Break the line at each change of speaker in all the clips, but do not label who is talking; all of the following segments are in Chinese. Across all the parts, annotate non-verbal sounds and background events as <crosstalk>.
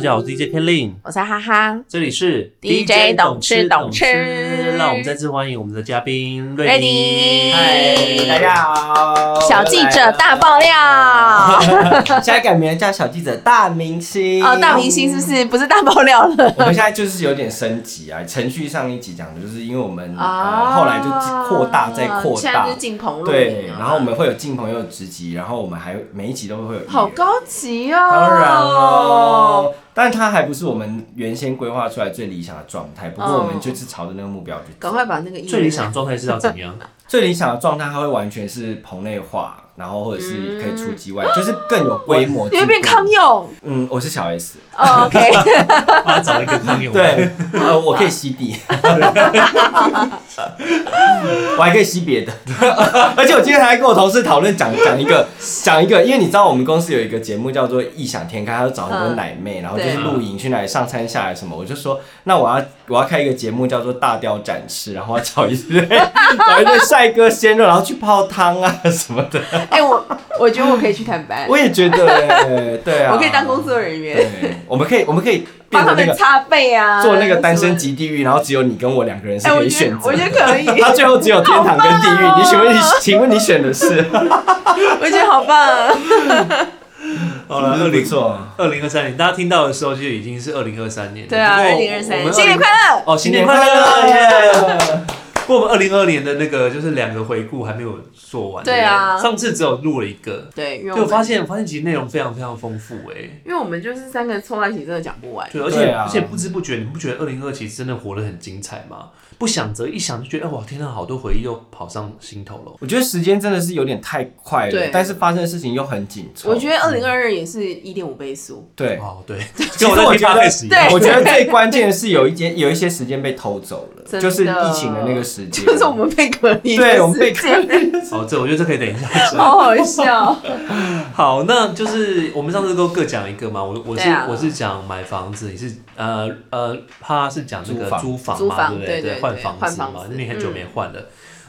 家好，我是 DJ 天令，
我是哈哈。
这里是
DJ 懂吃懂吃
让我们再次欢迎我们的嘉宾瑞
瑞
迪。
迪
嗨，大家好，
小记者大爆料
<laughs> 现在改名叫小记者大明星
哦，大明星是不是不是大爆料了？
我们现在就是有点升级啊，程序上一集讲的就是，因为我们、呃
啊，
后来就扩大再扩
哦现在
大
就是，进棚录
对
影，了
然后我们会有进朋友职级，然后我们还每一集都会有艺人
好，高级哦，
当然哦，但它还不是我们原先规划出来最理想的状态，不过我们就是朝着那个目标去
哦
走。
赶快把那个艺人
最理想的状态是要怎么
<laughs>
样？
最理想的状态，它会完全是棚内化，然后或者是可以出机外，就是更有规模。
你会嗯变康
业？
永、
嗯，我是小 S，
哦、，OK， <laughs>
把它找一个朋友。
对，呃，我可以吸地，我还可以吸别的， <laughs> 而且我今天还跟我同事讨论讲讲一个讲一个，因为你知道我们公司有一个节目叫做《异想天开》，他就找很多奶妹，然后就是
嗯对
露营去哪里上山下来什么，我就说那我要我要开一个节目叫做《大雕展翅》，然后我要找一堆 <laughs> 找一堆帅哥鲜肉，然后去泡汤啊什么的，
哎、我我觉得我可以去探
<laughs>
班，
我也觉得、欸，对啊，
我可以当工作人员，
对，我们可以我们可以
帮
变
他
成那
们
个。
擦背啊，
做那个单身
什么
级地狱，然后只有你跟我两个人是
的。哎、
可
我
以
觉
选
得
择
我觉
的。
得可以，
<laughs> 他最后只有天堂跟地
好棒
狱，
哦
你请问你请问你选的是？
我觉得好
<laughs>
棒。
好了，二
不
零
错，
二零二三年，大家听到的时候就已经是二零二三年了。
对啊，
不
二
过
零二
我
三，
们
新年快乐！
哦，新年快乐！耶！不过我们二零二年的那个就是两个回顾还没有做完。
对啊
不上次只有录了一个，
对，因为
对，
我
我
们
发现发现其实内容非常非常丰富哎。
因为我们就是三个凑在一起，真的讲不完。
对，而且
对啊
而且不知不觉，你不觉得二零二其实真的活得很精彩吗？不想则一想就觉得，哎哇，天哪，好多回忆又跑上心头了。
<laughs> 我觉得时间真的是有点太快了
对，
但是发生的事情又很紧凑。
我觉
嗯
得二零二二也是一点五倍速，
对，
哦，对，
<laughs> 其实我觉得
得
对
我觉得最关键的是有一间有一些时间被偷走了，
<laughs> 真的
就是疫情的那个时间，
<laughs> 就是我们被隔离的
对我们被
时间， <laughs>
哦，这我觉得这可以等一下说。
好好笑。
好，那就是我们上次都各讲一个嘛，我我是、
对啊
我是讲买房子，你是呃呃，他是讲那个
租房嗯
租房
租
嘛，
房
对不
对对
对，
对
换房
换
子
房
嘛，
子
因为你很久没换了。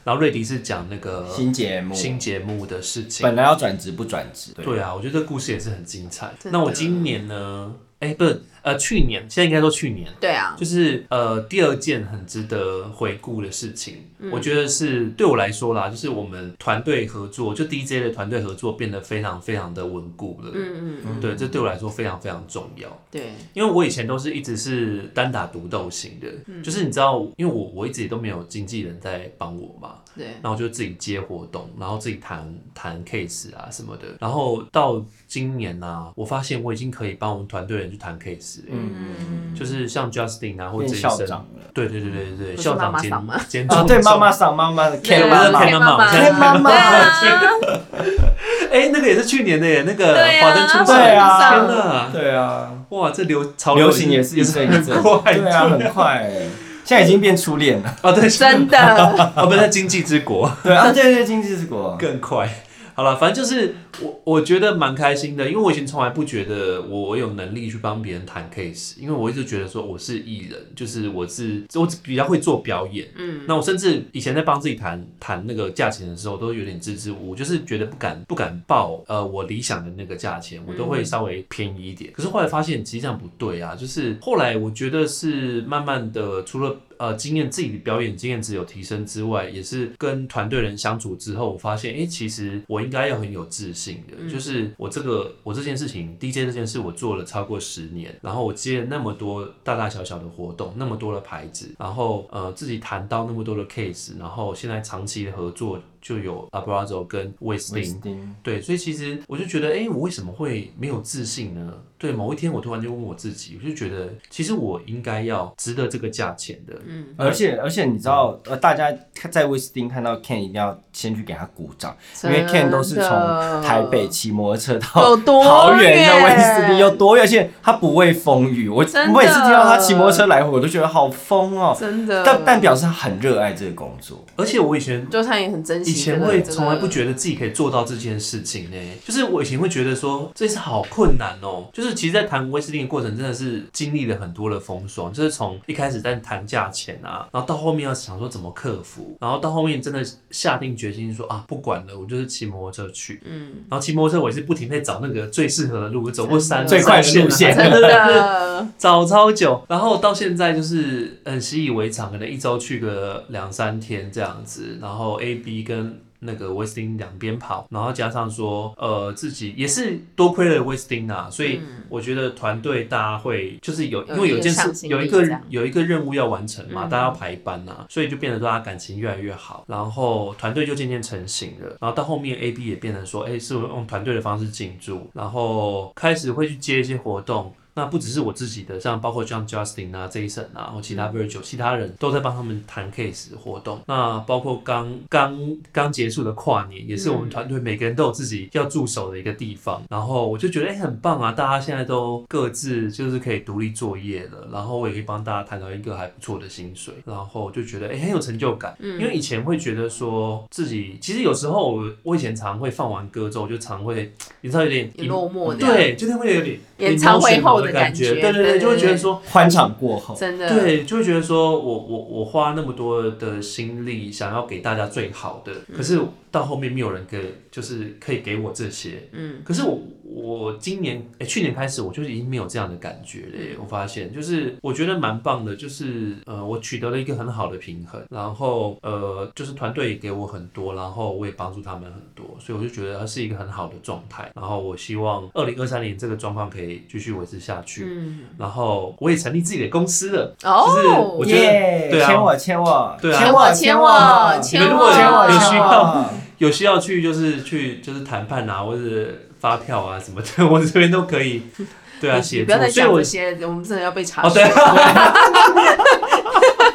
然后瑞迪是讲那个
新节目，
新节目的事情，
本来要转职不转职，对
对啊，我觉得这故事也是很精彩。
真的
那我今年呢？哎、不是，呃，去年，现在应该说去年，
对啊，
就是呃，第二件很值得回顾的事情，
嗯
我觉得是对我来说啦，就是我们团队合作，就 DJ 的团队合作变得非常非常的稳固了。
嗯嗯，
对，这对我来说非常非常重要。
对，
因为我以前都是一直是单打独斗型的，
嗯
就是你知道，因为我我一直也都没有经纪人在帮我嘛，
对，
然后就自己接活动，然后自己谈谈 case 啊什么的。然后到今年呢、啊，我发现我已经可以帮我们团队人去谈 case，、了
嗯，
就是像 Justin 啊或
变
者
校长了
对对对对对，
不是
校长
妈妈
兼
桑吗
兼
啊，
助
对，
教
妈妈。上妈妈的 K
对啊
妈妈
看。
Ken
妈妈
看妈妈
对啊，
哎，那个也是去年的耶，那个
对啊
华灯初上，
对啊
天哪，
对啊，
哇，这流潮
流行也是
是
一
也是
阵一阵，
快
对啊，很快，现在已经变初恋了。
哦，对，<laughs>
真的，
哦，不是经济之国。
对啊，对对，经济之国。
更快。好了，反正就是我，我觉得蛮开心的，因为我以前从来不觉得我我有能力去帮别人谈 case，因为我一直觉得说我是艺人，就是我是我只比较会做表演，嗯，那我甚至以前在帮自己谈谈那个价钱的时候，都有点支支吾吾，就是觉得不敢不敢报呃我理想的那个价钱，我都会稍微便宜一点。可是后来发现其实这样不对啊，就是后来我觉得是慢慢的，除了呃经验自己的表演经验值有提升之外，也是跟团队人相处之后，我发现，诶，其实我应该要很有自信的，就是我这个我这件事情 DJ 这件事我做了超过十年，然后我接了那么多大大小小的活动，那么多的牌子，然后呃自己谈到那么多的 case，然后现在长期的合作就有 Abrazo 跟 Westin，
丁，
对，所以其实我就觉得，哎、我为什么会没有自信呢？对，某一天我突然就问我自己，我就觉得，其实我应该要值得这个价钱的。
嗯
而且而且你知道，呃，大家看在威斯汀看到 Ken 一定要先去给他鼓掌，因为 Ken 都是从台北骑摩托车到
有多
桃园的威斯汀
远
有多远，而且他不畏风雨。我
真的
我每次听到他骑摩托车来回，我都觉得好疯哦。
真的，
但但表示他很热爱这个工作，
而且我以前
就他也很珍惜，
以以
奇
前
真的
会
真的
从来不觉得自己可以做到这件事情呢、就是我以前会觉得说这是好困难哦、就是其实，在谈威士汀的过程，真的是经历了很多的风霜，就是从一开始在谈价钱啊，然后到后面要想说怎么克服，然后到后面真的下定决心说啊，不管了，我就是骑摩托车去。
嗯，
然后骑摩托车，我也是不停在找那个最适合的路，走过山啊
最快的路线
山
真
啊
的，
<laughs> 找超久，然后到现在就是很习以为常，可能一周去个两三天这样子，然后 A B 跟那个威斯汀两边跑，然后加上说呃自己也是多亏了威斯汀啊，所以我觉得团队大家会就是有
嗯有
因为有一件
一个上
事
心
有一
力这
个
样
有一个任务要完成嘛，
嗯
大家要排班啊，所以就变得说大家感情越来越好，然后团队就渐渐成型了，然后到后面 A B 也变成说，哎、是用团队的方式进驻，然后开始会去接一些活动。那不只是我自己的，像包括像 Justin 啊、Jason 啊，然后其他 Virgil，、其他人都在帮他们谈 case 活动。那包括刚刚刚结束的跨年，也是我们团队每个人都有自己要驻守的一个地方。然后我就觉得，哎、很棒啊！大家现在都各自就是可以独立作业了，然后我也可以帮大家谈到一个还不错的薪水，然后就觉得，哎、很有成就感。
嗯
因为以前会觉得说自己，其实有时候我我以前常会放完歌之后，就常会，你知道有点
有落寞的，
对，就天会有点
演唱会后
emotional
的感
感
觉
对
对
对，就会
对
觉得
对
说，
欢场过后，
真的，
对，就会觉得说我我我花那么多的心力，想要给大家最好的，可是
嗯
到后面没有人给，就是可以给我这些，嗯，可是我我今年哎、诶去年开始我就已经没有这样的感觉了
嗯
耶，我发现就是我觉得蛮棒的，就是呃我取得了一个很好的平衡，然后呃就是团队也给我很多，然后我也帮助他们很多，所以我就觉得它是一个很好的状态，然后我希望二零二三年这个状况可以继续维持下去，
嗯，
然后我也成立自己的公司了。就是
哦，
我觉得
耶
对啊
牵我牵我，
对啊
牵我
牵我
我
牵
我你们如果
牵我
有
牵
需
我
要，有需要去就是去就是谈判啊，或者发票啊什么的， <laughs> 我这边都可以。对啊，
你
协
你
助
不要再，
所以
讲
我
这些，我们真的要被查
哦对 <laughs>
询。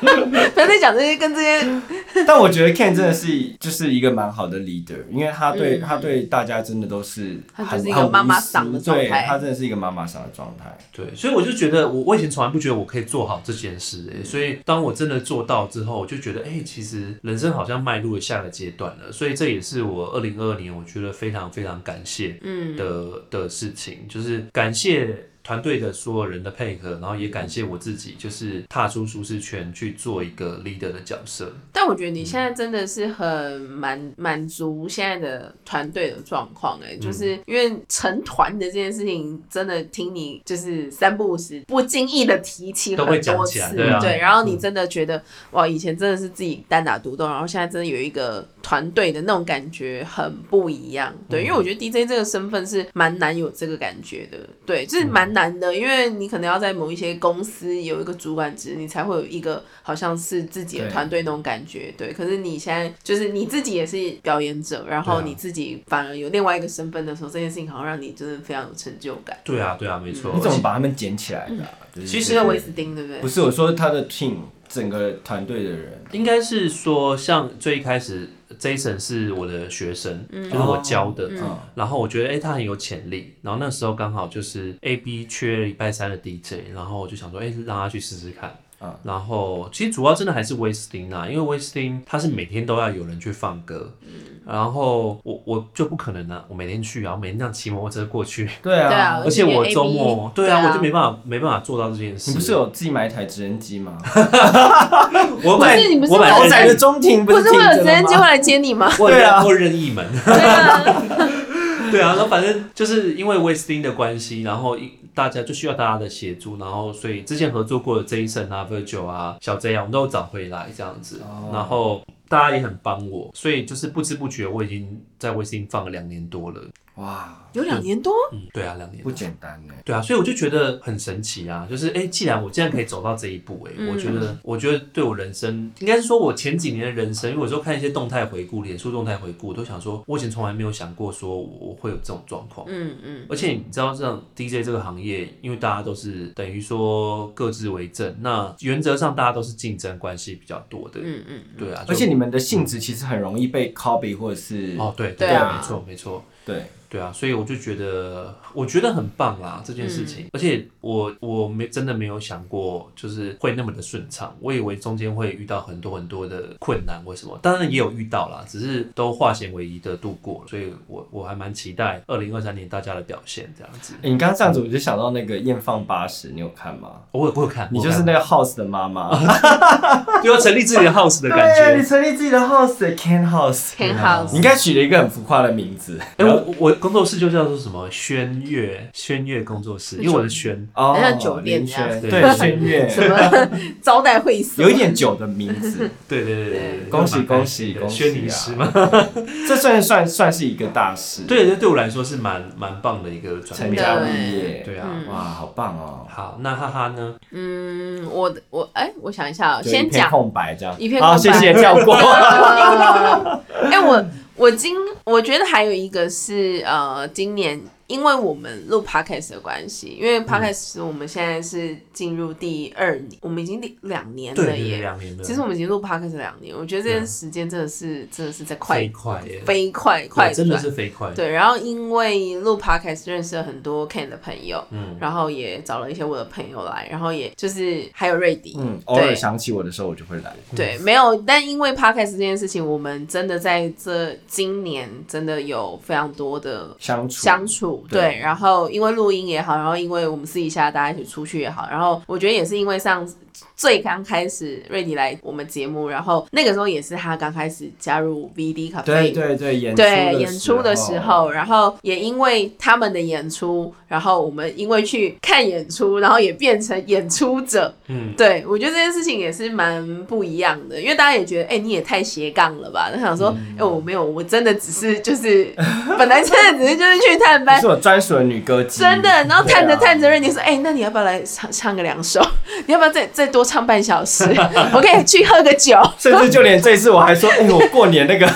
<laughs> 不要再讲这些跟这些，
<laughs> 但我觉得 Ken 真的是就是一个蛮好的 leader，因为他对、
嗯
他对大家真的都是
他
很
就是一
很
个妈妈
无私
桑的状态
对他真的是一个妈妈桑的状态。
对，所以我就觉得我我以前从来不觉得我可以做好这件事、欸，所以当我真的做到之后，我就觉得哎、欸其实人生好像迈入了下个阶段了，所以这也是我二零二二年我觉得非常非常感谢
嗯，
的的事情，就是感谢团队的所有人的配合，然后也感谢我自己，就是踏出舒适圈去做一个 leader 的角色。
但我觉得你现在真的是很满满足现在的团队的状况，
嗯
哎，就是因为成团的这件事情，真的听你就是三不五时不经意的提起
都会
很
讲
多
起来
次，
对啊
然后你真的觉得哇，以前真的是自己单打独斗，然后现在真的有一个团队的那种感觉很不一样，
嗯
对，因为我觉得 DJ 这个身份是蛮难有这个感觉的，对，就是蛮难的，因为你可能要在某一些公司有一个主管职，你才会有一个好像是自己的
对
团队那种感觉，对。可是你现在就是你自己也是表演者，然后
对啊
你自己反而有另外一个身份的时候，这件事情好像让你真的非常有成就感。
对啊，对啊，没错。
你怎么把他们捡起来的啊、就是
其实
这个威斯汀，对不对
不？是我说他的 team 整个团队的人，
应该是说，像最一开始，Jason 是我的学生，就是我教的。
嗯，
然后我觉得，哎、他很有潜力。然后那时候刚好就是 A B 缺礼拜三的 DJ，然后我就想说，哎、让他去试试看。
嗯
然后其实主要真的还是威斯汀啊，因为威斯汀他是每天都要有人去放歌，
嗯
然后我我就不可能啊，我每天去啊，我每天这样骑摩托车过
<laughs>
去，
对啊，
对啊
而且我周末
AB
对啊，
对啊
我就没办法没办法做到这件事。
你不是有自己买一台直升机吗？
我买
不是你不是
<laughs> 我买
豪
豪
任
宅的中庭
不
是
是会有直升
停着了
机会
吗？
来接你吗？
我
对啊
任我任意门。
对啊，
<laughs> 对啊，然后反正就是因为威斯汀的关系，然后一大家就需要大家的协助，然后所以之前合作过的 Jason 啊、Virgil 啊、小 J 啊，我们都有找回来这样子，
哦
然后大家也很帮我，所以就是不知不觉我已经在威斯汀放了两年多了。
哇，
有两年多，
嗯，对啊，两年
不。简单呢。
对啊，所以我就觉得很神奇啊，就是哎、诶既然我竟然可以走到这一步、诶哎、
嗯
我觉得，我觉得对我人生，应该是说我前几年的人生，因为有时候看一些动态回顾、脸书动态回顾，我都想说，我以前从来没有想过说我会有这种状况。
嗯嗯，
而且你知道，像 DJ 这个行业，因为大家都是等于说各自为政，那原则上大家都是竞争关系比较多的，
嗯
<laughs>
嗯，
对啊，就
而且你们的性质其实很容易被 copy 或者是
哦，对
对啊
没错没错，
对，
对啊，所以我就觉得，我觉得很棒啦这件事情，而且我我没真的没有想过，就是会那么的顺畅，我以为中间会遇到很多很多的困难或什么，当然也有遇到啦，只是都化险为夷的度过了，所以我我还蛮期待二零二三年大家的表现这样子。
欸你刚刚这样子，我就想到那个《艳放八十》，你有看吗？
我有我有看，
你就是那个 House 的妈 <laughs> 妈，
就要成立自己的 house 的感
啊对，你
觉。
成立自己的 House，Can House，
Ken
你
House
应该取了一个很浮夸的名字。
哎、我我工作室就叫做什么轩乐轩乐工作室，因为我的轩
哦
很像酒店
林
这样
轩
对
对，轩
什
月，
么招待会所，
有一点酒的名
<laughs>
字，
对对对对对，
恭喜
蛮开
恭
心
喜
的
恭喜！
轩尼诗嘛，，
这算算算是一个大事，，
对，这对我来说是蛮蛮棒的一个转
成
变。
家
真的欸
立业，
对啊，
哇，好棒哦！
好，那哈哈呢？
嗯，我的我哎、我想一下哦，
就
先
一片
讲
空白这样，
一片
好，
空白
谢谢跳过。
呃 <laughs> 哎、我我今我觉得还有一个是呃，今年因为我们录 podcast 的关系，因
嗯
为 podcast 我们现在是进入第二年，我们已经第两年
对
了
对对，
耶。
两年了，
其实我们已经录 podcast 两年，我觉得这
对啊
段时间真的是真的是在
飞
快
快耶，
飞快
对
快
真的
转。
是飞快。
对，然后因为录 podcast 认识了很多 Ken 的朋友，
嗯，
然后也找了一些我的朋友来，然后也就是还有瑞迪，
嗯，偶尔
对
想起我的时候，我就会来。
对，没有，但因为 podcast 这件事情，我们真的在这今年真的有非常多的
相处
相处，对，
对
然后因为录音也好，然后因为我们私底下大家一起出去也好，然后我觉得也是因为上最刚开始瑞迪来我们节目，然后那个时候也是他刚开始加入 VD 咖
对
啡。
对对，演
对
出
演出的时候，然后也因为他们的演出，然后我们因为去看演出，然后也变成演出者，
嗯，
对，我觉得这件事情也是蛮不一样的，因为大家也觉得，哎、你也太斜杠了吧？他想说，
嗯
哎、我没有，我真的只是就是，本来真的只是就是去探
你
班
<laughs> 是，我专属的女歌姬，
真的。然后
对啊
探着探着，人家说，哎、那你要不要来唱唱个两首？ <laughs> 你要不要再再多唱半小时？ <laughs> 我可以去喝个酒。
甚至就连这一次我还说，哎、我过
<laughs>
年那个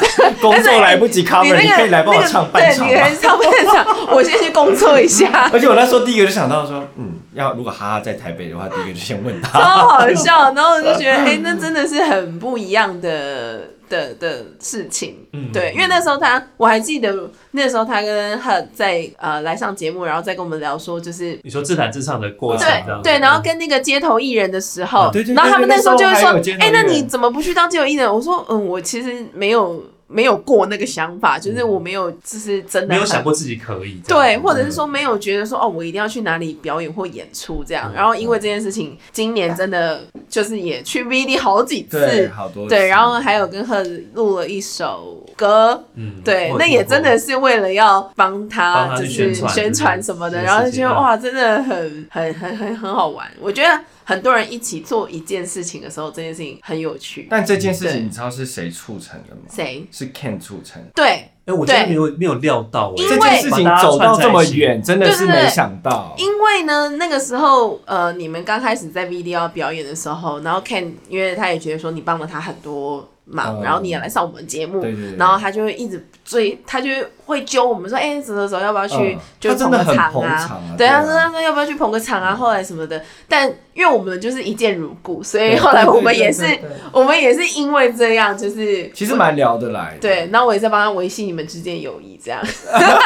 工作来不及 cover，
那个
可以来帮我唱半场
对，你
吗？
来唱半场，我先去工作一下。
而且我那时候第一个就想到说，嗯，要如果哈哈在台北的话，第一个就先问 <laughs>
超
他。
好笑，然后我就觉得，哎、那真的是很不一样的的的事情，
嗯
对，因为那时候他，我还记得那时候他跟他在呃来上节目，然后再跟我们聊说，就是
你说自弹自唱的过程，这样
对
子嗯
对，然后跟那个街头艺人的时候，
啊对对对
然后他们
对
时候就会
那时
说
候还有街，头
哎、
艺人
那你怎么不去当街头艺人？我说，嗯，我其实没有没有过那个想法，
嗯
就是我没有，就是真的
没有
很
想过自己可以，这样嗯
对，或者是说没有觉得说哦，我一定要去哪里表演或演出这样。
嗯
然后因为这件事情，今年真的就是也
嗯
去 VD 好几
对，
次，
好多
对，然后还有跟贺录了一首歌，
嗯，
对
我，有
那也
听过
真的是为了要帮
帮他
他就
去宣
是
传
宣传什么的，
这件
然后就
事
觉
情
得
啊
哇，真的很很很很很好玩。我觉得很多人一起做一件事情的时候，这件事情很有趣。
但这件事
对
情你知道是谁促成的吗？
谁？
是 Ken 促成的。
对，
哎，我真的
对
没有没有料到，哎
因
这
为
件事情走到这么，远，真的是
对对对
没想到。
因为呢，那个时候，呃，你们刚开始在 VD 要表演的时候，然后 Ken，因为他也觉得说你帮了他很多忙，
嗯
然后你也来上我们节目，
对对对
然后他就会一直追，他就会揪我们说，哎、什么时候要不要去，
嗯
就
他真
捧
的
个
很
场
捧
啊
场啊
对，
对啊嗯
他说他说要不要去捧个场啊，后来什么的，但因为我们就是一见如故，所以
对
后来
对
我们
对
也
对
是，
对对
我们也是因为这样，就是
其实蛮聊得来的。，
对，然后我也在帮他维系你们之间友谊，这样，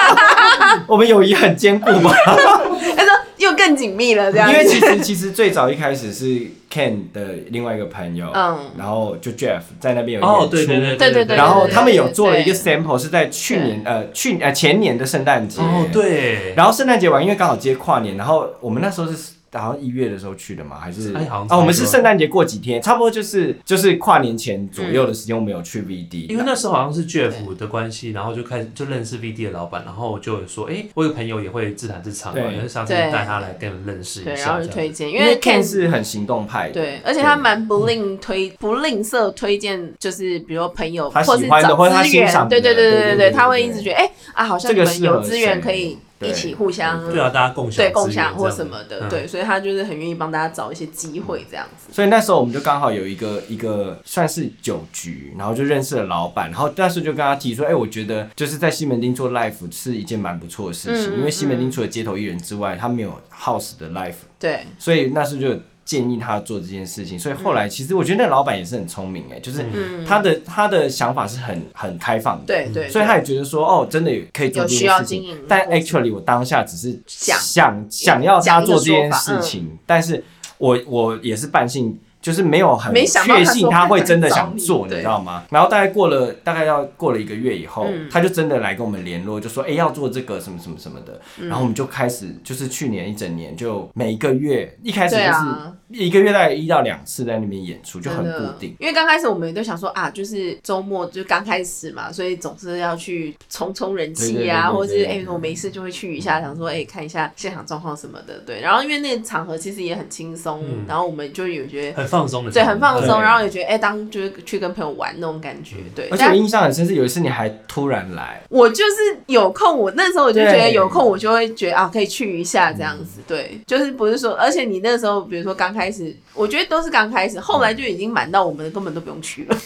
<laughs>
我们友谊很坚固嘛。
他说又更紧密了，这样
因
子，
为其实其实最早一开始是 Ken 的另外一个朋友，
嗯
然后就 Jeff 在那边有演出。
哦，对对对
对对对
然后他们有
对
做了一个
对
sample，是在去年呃去呃前年的圣诞节。
哦。对，
然后圣诞节完，因为刚好接跨年，然后我们那时候是好像一月的时候去的嘛，还是
哎好像差不
啊
多
我们是圣诞节过几天，差不多就是就是跨年前左右的时间，我们有去 VD。
因为那时候好像是 Jeff 的关系，然后就开始就认识 VD 的老板，然后我就有说，哎，我有朋友也会自弹自唱嘛，
对
然后上次
对
带他来跟我们认识一
对，
下，
然后
这
就
样
推荐，因
因为
为
Ken
Ken
是很行动派的，
对，而且他
对
蛮不吝推、不吝啬推荐，就是比如说朋友
他喜
或是
欢的或者
找
他
资
欣
源，
赏
对对
的
对
对
对
对
对，
对
他会
对
一直觉得哎、啊，好像
这
你
个
们
适
有
合
资源
谁
可以一
对
起互相
对啊，大家共享
对共
资源
享或
这样子
什么的，
嗯
对，所以他就是很愿意帮大家找一些机会这样子。
所以那时候我们就刚好有一个一个算是酒局，然后就认识了老板，然后那时候就跟他提说，哎、我觉得就是在西门町做 live 是一件蛮不错的事情，
嗯嗯
因为西门町除了街头艺人之外，他没有 house 的 live，
对，
所以那时候就建议他做这件事情，所以后
嗯
来其实我觉得那老板也是很聪明哎，就是他的他的想法是很很开放的，
对对，
所以他也觉得说哦，真的也可以做
有
这
需
件
要
事
经
情。
营，
但 actually 我当下只是
想
想想要他
讲一个
做这件
说法
事
嗯
情，但是我我也是半信，就是没有很
没想到
确
他
信
说
他
会
会
来
真的
找
想
你
做，你
对
知道吗？然后大概过了大概要过了一个月以后，
嗯
他就真的来跟我们联络，就说哎、要做这个什么什么什么的，
嗯
然后我们就开始就是去年一整年就每一个月一开始就
对
是
啊，
一个月大概一到两次在那边演出，就很
真的
固定。。
因为刚开始我们都想说啊，就是周末就刚开始嘛，所以总是要去冲冲人气啊，
对
或
对对
者
对对
是
对
哎、我没事就会去一下，想说哎、看一下现场状况什么的。对，然后因为那个场合其实也很轻松，
嗯
然后我们就有觉得。
很放松的，
对，很放松，
对
然后也觉得哎、当就是去跟朋友玩那种感觉，对。
嗯而且
但
我印象很深是有一次你还突然来，
我就是有空，我那时候我就觉得
对
有空，我就会觉得啊，可以去一下这样子。
嗯
对，就是不是说，而且你那时候，比如说刚开始，我觉得都是刚开始，后来就已经满到我们根本都不用去了，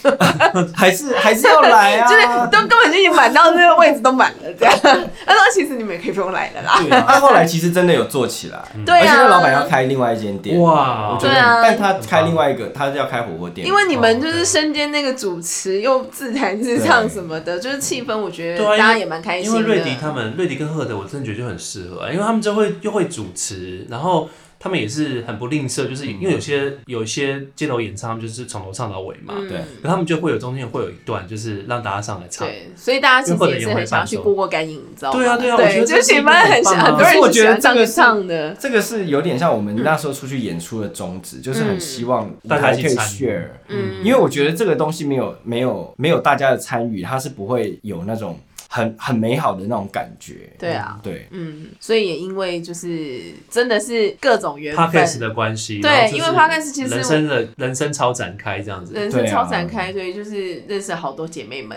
还是还是要
<laughs>
来啊，
就是都根本就已经满到这个位置都满了这样。 <laughs> 他说其实你们也可以不用来了啦。
对
<laughs>
啊，
他后来其实真的有做起来，
对
而且
啊，
那老板要开另外一间店，
嗯哇
我觉得
对啊
但他开另外一个，他要开火锅店，
因为你们就
哦对
是身兼那个主持又自弹自唱什么的，就是气氛，我觉得
对啊因为
大家也蛮开
因
心的。
为瑞迪他们，瑞迪跟赫德，我真的觉得就很适合、因为他们就会又会主持，然后他们也是很不吝啬，就是
嗯
因为有些有一些街头演唱，他们就是从头唱到尾嘛，
嗯
对
可他们就会有中间会有一段，就是让大家上来唱。
对，所以大家其
因为
实
会
也
的
是
人
很
会
想要
放
去
松
过过干瘾，你知道吗？
对啊对啊我觉
对，
得
就是
这是
你们很
很棒啊
很多
可是我
人
觉
喜
得
欢上
这个
去
是
唱的。
这个是有点像我们那时候出去演出的宗旨，就是很希望舞台可以
嗯大家一起
share，
嗯，
因为我觉得这个东西没有没有没有大家的参与，它是不会有那种很很美好的那种感觉。
对啊，
对，
嗯，所以也因为就是真的是各种缘
podcast
分，
的关系，
对
然后就是
因为 podcast 其实
人生的人生超展开这样子，
人
对
生
啊
超展开，对，就是认识好多姐妹们，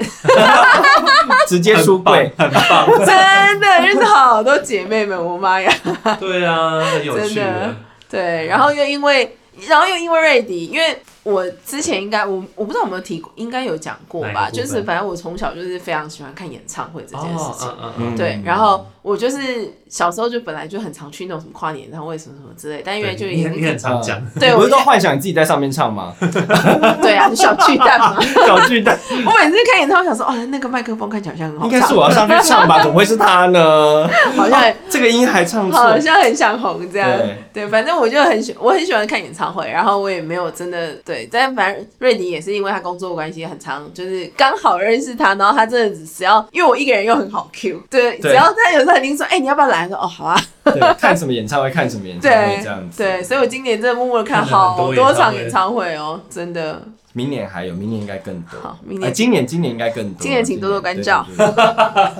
直接出柜，
很棒，很
真的认识好多姐妹们，我妈呀！ <laughs>
棒对啊，很有趣
真的对，然后又因为，然后又因为瑞迪，因为我之前应该我我不知道有没有提过，应该有讲过
哪一
吧，
个部
就
分
是反正我从小就是非常喜欢看演唱会这件事情。
嗯
嗯
对，然后我就是小时候就本来就很常去那种什么跨年演唱会什么什么之类，但因为就
你
也
很你很常讲，
对
你不
我
是都
就
幻想你自己在上面唱吗？
对啊，就小巨蛋
<laughs>
嘛。
小巨蛋，
我每次看演唱会想说，哦，那个麦克风看起来好像很好
<laughs> 应
唱，
该是我要上去唱吧，怎么会是他呢？
<laughs> 好像
这个音还唱错
好，像很想红这样。
对
对，反正我就很喜，我很喜欢看演唱会，然后我也没有真的对，但反正瑞迪也是因为他工作关系很长，就是刚好认识他，然后他真的只只要，因为我一个人又很好 Q，对，
对
只要他有时候临说，哎、你要不要来？我说哦，好啊，
对， <laughs> 看什么演唱会，看什么演唱会
对
这样，子。
对，所以我今年真的默默地看
看了很
好
多
多
演唱
场
会
演唱会哦，真的，
明年还有，明年应该更多。
好明年
呃今年今年应该更多。
今年请多多关照
对。对对对
<laughs>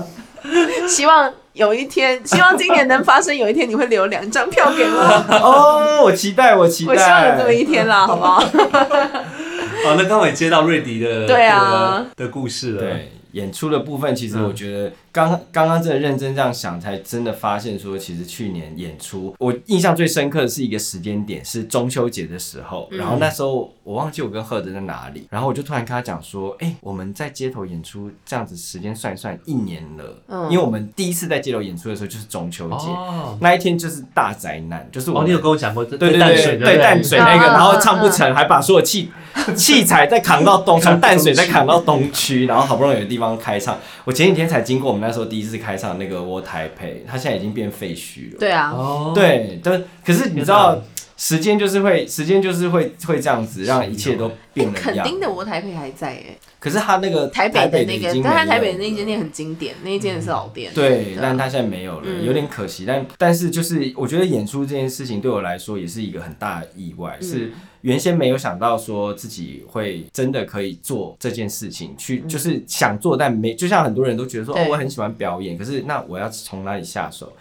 希望有一天，希望今年能发生，有一天你会留两张票给我，
对哦，我期待，我 <laughs> 期待。
我希望有这么一天啦，好不好？
哦，那刚好也接到瑞迪的
对啊
的的故事了，
对演出的部分，其实
嗯
我觉得刚刚刚真的认真这样想，才真的发现说，其实去年演出我印象最深刻的是一个时间点，是中秋节的时候。
嗯
然后那时候我忘记我跟赫德在哪里，然后我就突然跟他讲说，哎、我们在街头演出这样子时间算一算一年了，
嗯
因为我们第一次在街头演出的时候就是中秋节。
哦，
那一天就是大灾难，就是我
哦，
们
你有跟我讲过这
对对
淡
对
水
对对淡
淡
水那个，
嗯嗯
然后唱不成，还把所有器 <laughs> 器材再扛到东，从淡水再扛到东区，然后好不容易有地方开唱。我前几天才经过我们那时候第一次开唱那个我台北，它现在已经变废墟了。
对啊，
哦，
对，但可是你
天
知道，时间就是会，时间就是会会这样子，让一切都变了
哎肯
样。
定的，我台北还在哎、
可是他那个
台
北
北的
已
那
经
个，
没
但它台
有
北的那一
了
间店很经典，那一间是老店。
对，但
啊
他现在没有了，
嗯
有点可惜。但但是就是，我觉得演出这件事情对我来说也是一个很大的意外，
嗯
是原先没有想到说自己会真的可以做这件事情，去就是想做，但没就像很多人都觉得说，哦
嗯对，
我很喜欢表演，可是那我要从哪里下手？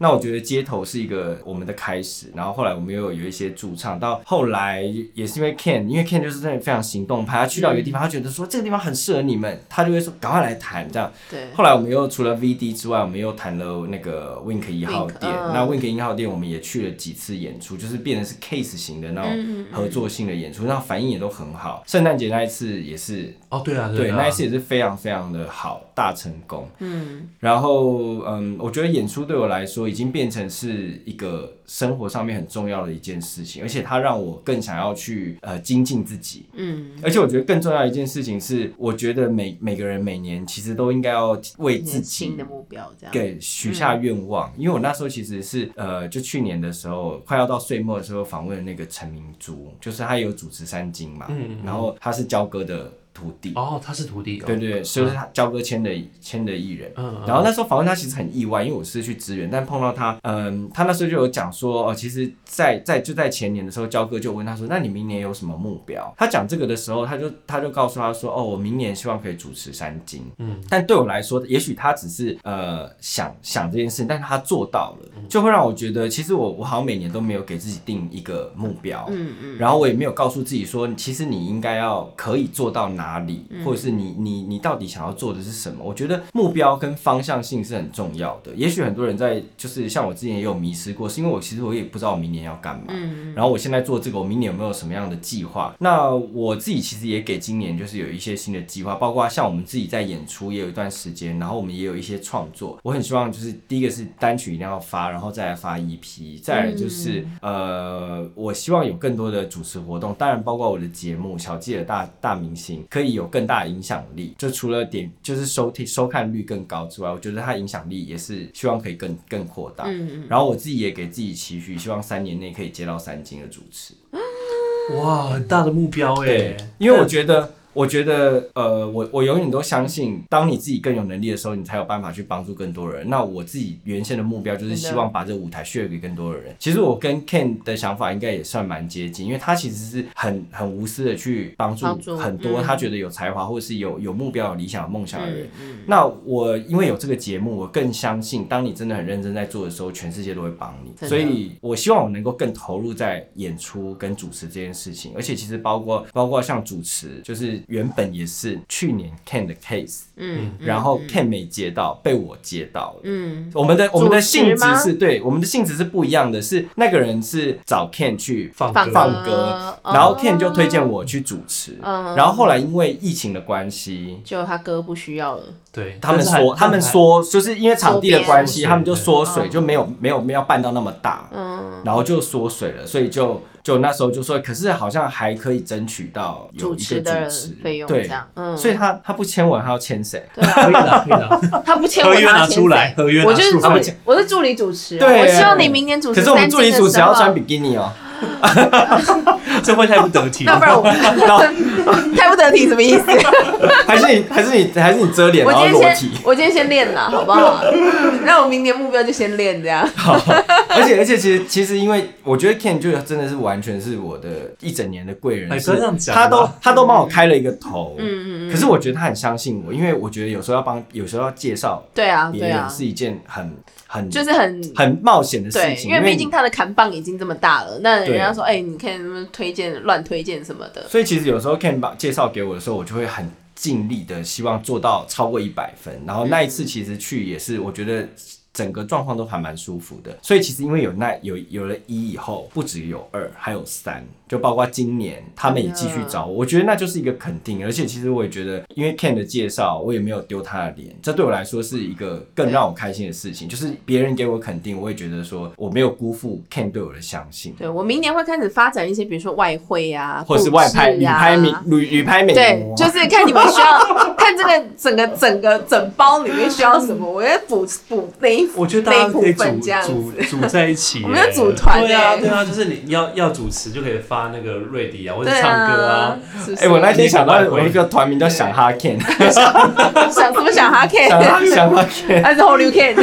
那我觉得街头是一个我们的开始，然后后来我们又有有一些驻唱，到后来也是因为 Ken，因为 Ken 就是真的非常行动派，他去到一个
嗯
地方，他觉得说这个地方很适合你们，他就会说赶快来谈这样。
对，
后来我们又除了 VD 之外，我们又谈了那个 Wink 一号
Wink，
店。
嗯嗯
那 Wink 一号店我们也去了几次演出，就是变成是 case 型的那种合作性的演出，那反应也都很好。圣诞节那一次也是，
哦，对啊，
对，
啊
那一次也是非常非常的好，大成功。
嗯，
然后，嗯，我觉得演出对我来说已经变成是一个生活上面很重要的一件事情，而且它让我更想要去呃精进自己。
嗯，
而且我觉得更重要的一件事情是，我觉得每每个人每年其实都应该要为自
年
己
轻的目标嗯这样，
给许下愿望，因为我那时候其实是呃，就去年的时候快要到岁末的时候访问那个陈明珠，就是他有主持三金嘛，
嗯嗯
然后他是焦哥的徒弟，
哦，他是徒弟哦，
对对对，就是他焦哥签的签的艺人。
嗯，嗯，
然后那时候访问他其实很意外，因为我是去支援，但碰到他，嗯，他那时候就有讲说，哦，其实在，在就在前年的时候，焦哥就问他说，那你明年有什么目标？他讲这个的时候，他就他就告诉他说，哦，我明年希望可以主持三金。
嗯，
但对我来说，也许他只是呃想想这件事，但是他做到了，
嗯
就会让我觉得，其实我我好像每年都没有给自己定一个目标，
嗯嗯，
然后我也没有告诉自己说，其实你应该要可以做到哪里，或者是你你你到底想要做的是什么？我觉得目标跟方向性是很重要的。也许很多人在就是像我之前也有迷失过，是因为我其实我也不知道我明年要干嘛。
嗯
然后我现在做这个，我明年有没有什么样的计划？那我自己其实也给今年就是有一些新的计划，包括像我们自己在演出也有一段时间，然后我们也有一些创作。我很希望就是第一个是单曲一定要发，然后再来发 EP，再来就是、呃，我希望有更多的主持活动，当然包括我的节目《小记的大大明星》可以有更大的影响力。就除了点就是收听收看率更高之外，我觉得它影响力也是希望可以更更扩大。
嗯嗯，
然后我自己也给自己期许，希望三年内可以接到三金的主持。
哇，很大的目标哎，
因为我觉得，我觉得，呃，我我永远都相信，当你自己更有能力的时候，你才有办法去帮助更多人。那我自己原先的目标就是希望把这个舞台 share 给更多的人。其实我跟 Ken 的想法应该也算蛮接近，因为他其实是很很无私的去帮助
帮助
很多
嗯
他觉得有才华或是有有目标、有理想、有梦想的人。
嗯嗯
那我因为有这个节目，我更相信，当你真的很认真在做的时候，全世界都会帮你。
真的
所以我希望我能够更投入在演出跟主持这件事情，而且其实包括包括像主持，就是原本也是去年 Ken 的 case，、
嗯，嗯
然后 Ken 没接到，被我接到了。
嗯
我们的我们的性
主持
质
吗
是对，我们的性质是不一样的，是那个人是找 Ken 去
放
放
歌
放歌，然后 Ken 就推荐我去主持，
哦嗯
然后后来因为疫情的关系，
就他哥不需要了，
对，
他们
但是还
说，他们，说，就是因为场地的关系，
缩水
他们就缩水，
嗯
就没有没有没有办到那么大，
嗯，
然后就缩水了，所以就就那时候就说，可是好像还可以争取到
主
有一个
持
主
的
持
费用这
对，
样，嗯，
所以他他不签我，他要签谁？
对啊
还 <laughs> 可以啦，可以啦。
他不签
合
我
约
他
拿
签
出来
谁
合约拿
我就是
出
助
来
理，我是助理主持啊，
对
我希望你明年主持
可
三金的时
是
候。
我们助理主持要穿比基尼哦，
这会太不得体
那不
了。
然我
<laughs>
们太不得体什么意思？
还是你还是你还是你遮脸
我
然后
今
裸
天
体
先，？我今天先练了，好不好？ <laughs> 那我明年目标就先练这样。 <laughs>
而且而且其实其实因为我觉得 Ken 就真的是完全是我的一整年的贵
哎
人，
不要这样
是
讲啊
他都
啦
他都帮我开了一个头，
嗯嗯嗯，
可是我觉得他很相信我，因为我觉得有时候要帮，有时候要介绍
对啊，
别
对
人
啊，
是一件很很
就是很
很冒险的事
对，
情，
因为毕
你
竟他的砍棒已经这么大了，那人家
对
说，哎，你看他们推荐乱推荐什么的，
所以其实有时候 Ken 把介绍给我的时候，我就会很尽力的希望做到超过一百分。然后那一次其实去也是，我觉得整个状况都还蛮舒服的。所以其实因为有那有有了一以后，不只有二，还有三，就包括今年他们也继续找我，我觉得那就是一个肯
嗯
定。而且其实我也觉得，因为 Ken 的介绍，我也没有丢他的脸，这对我来说是一个更让我开心的事情。就是别人给我肯定，我也觉得说我没有辜负 Ken 对我的相信。
对我明年会开始发展一些，比如说外汇啊，
或者是外拍、
布
旅
置啊
拍美、旅旅拍美
对
国，啊
就是看你们需要看这个整个整个整包里面需要什
<laughs>
么，我要补补那一
我觉得
那
大
一
家
部
可以
分这样
组
子。
组组在一
<laughs>
起耶，
我们要组团
对啊，
耶
对啊，就是你要要主持就可以发那个瑞迪啊，或者
对
唱歌
啊
啊，，
是不
哎、
是
我那天想到
那个
我
外汇
一个团名叫想哈 Ken，
想怎么想哈 K，
想哈想哈
<laughs>
Ken，
还是 Holy
<laughs>
K，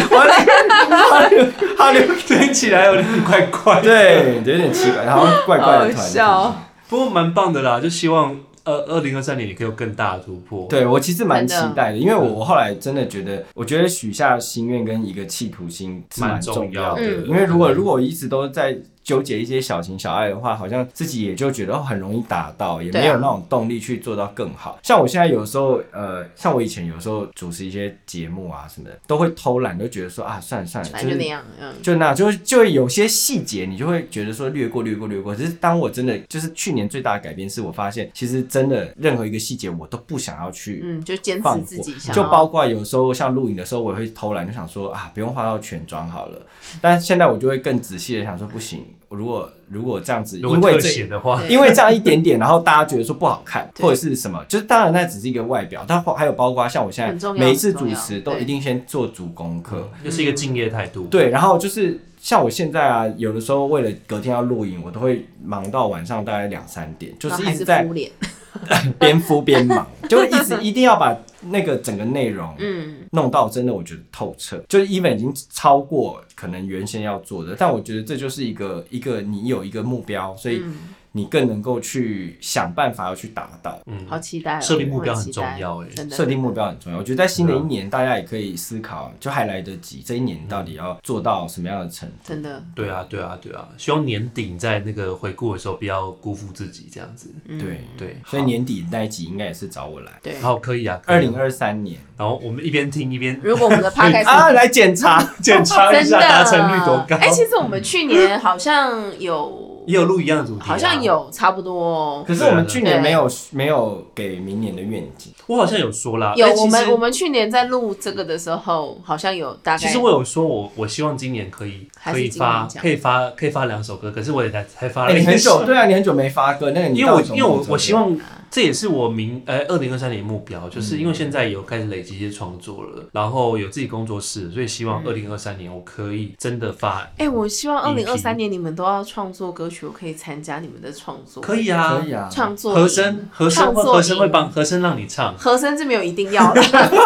<laughs>
哈溜，
听起来有点怪怪。，
对，有点奇怪，好像怪怪
好
的团。
笑，
不过蛮棒的啦，就希望呃二零二三年你可以有更大的突破。
对我其实蛮期
真的
待的，因为我我后来真的觉得，我觉得许下心愿跟一个企图心是蛮
蛮重
重要的
要，的
因为如果如果我一直都在纠结一些小情小爱的话，好像自己也就觉得哦很容易达到，也
对啊
没有那种动力去做到更好。像我现在有时候，呃，像我以前有时候主持一些节目啊什么的，都会偷懒，都觉得说啊，算了算了，
反
就
正就是那样，嗯，
就那就就有些细节，你就会觉得说略过略过略过。只是当我真的就是去年最大的改变，是我发现其实真的任何一个细节我都不想要去
嗯，就坚
放
持
过，
自己想
就
要
包括有时候像录影的时候，我也会偷懒，就想说啊不用化到全妆好了。但现在我就会更仔细的想说，不行，如果如果这样子，
如果
因为
特
这
写的话，
对
因为这样一点点，然后大家觉得说不好看，
对
或者是什么，就是当然那只是一个外表，但还有包括像我现
很
在
重要
每一次
很重
主
要
持都
对
一定先做足功课。
就是一个敬业态度。
对，然后就是像我现在啊，有的时候为了隔天要录影，我都会忙到晚上大概两三点，就
然后
是
还
一直
是
在
敷脸，
<laughs> 边敷边忙，就是一直一定要把那个整个内容
嗯，
弄到真的我觉得透彻，就是 even 已经超过可能原先要做的，但我觉得这就是一个一个你有一个目标，所以
嗯
你更能够去想办法要去达到。
嗯，
好期待哦，
设定目标
我
很
期
重
待哦
要哎
真的
设定目标很重要，我觉得在新的一年，大家也可以思考，就还来得及，这一年到底要做到什么样的程度？
真的，
对啊，对啊，对啊，希望年底你在那个回顾的时候不要辜负自己，这样子。
嗯
对
对，
所以
好
年底那一集应该也是找我来。
对。
好可以啊，
二
可以啊
零二三年
然后我们一边听一边
如果我哦们的
<laughs>
p o d c a s
啊，来检查
检查一
真
下
的
达成率多高嗯
哎、，其实我们去年好像有，
也有录一样的主题，啊
好像。有差不多哦。
可是我们去年没有没有给明年的愿景，
我好像有说啦，
有
哎其实
我们我们去年在录这个的时候，好像有大概。
其实我有说我我希望今年可以
还是
可以
今年
发
这样
可以发可以发两首歌，可是我也才才发
哎，
了
你
一
很
首
久，对啊，你很久没发歌，那个
<laughs>
你
因为我
到底
因为我
什么时候
我希望这也是我明呃二零二三年的目标，
嗯
就是因为现在有开始累积一些创作了，然后有自己工作室，所以希
嗯
望二零二三年我可以真的发，
哎、我希望二
影
零二
评
三年你们都要创作歌曲，我可以参加你们的创作。
可以啊
可，以啊，
创作
和声和声会
创作
和声会
营，
帮和声让你唱
和声是没有一定要的， <laughs>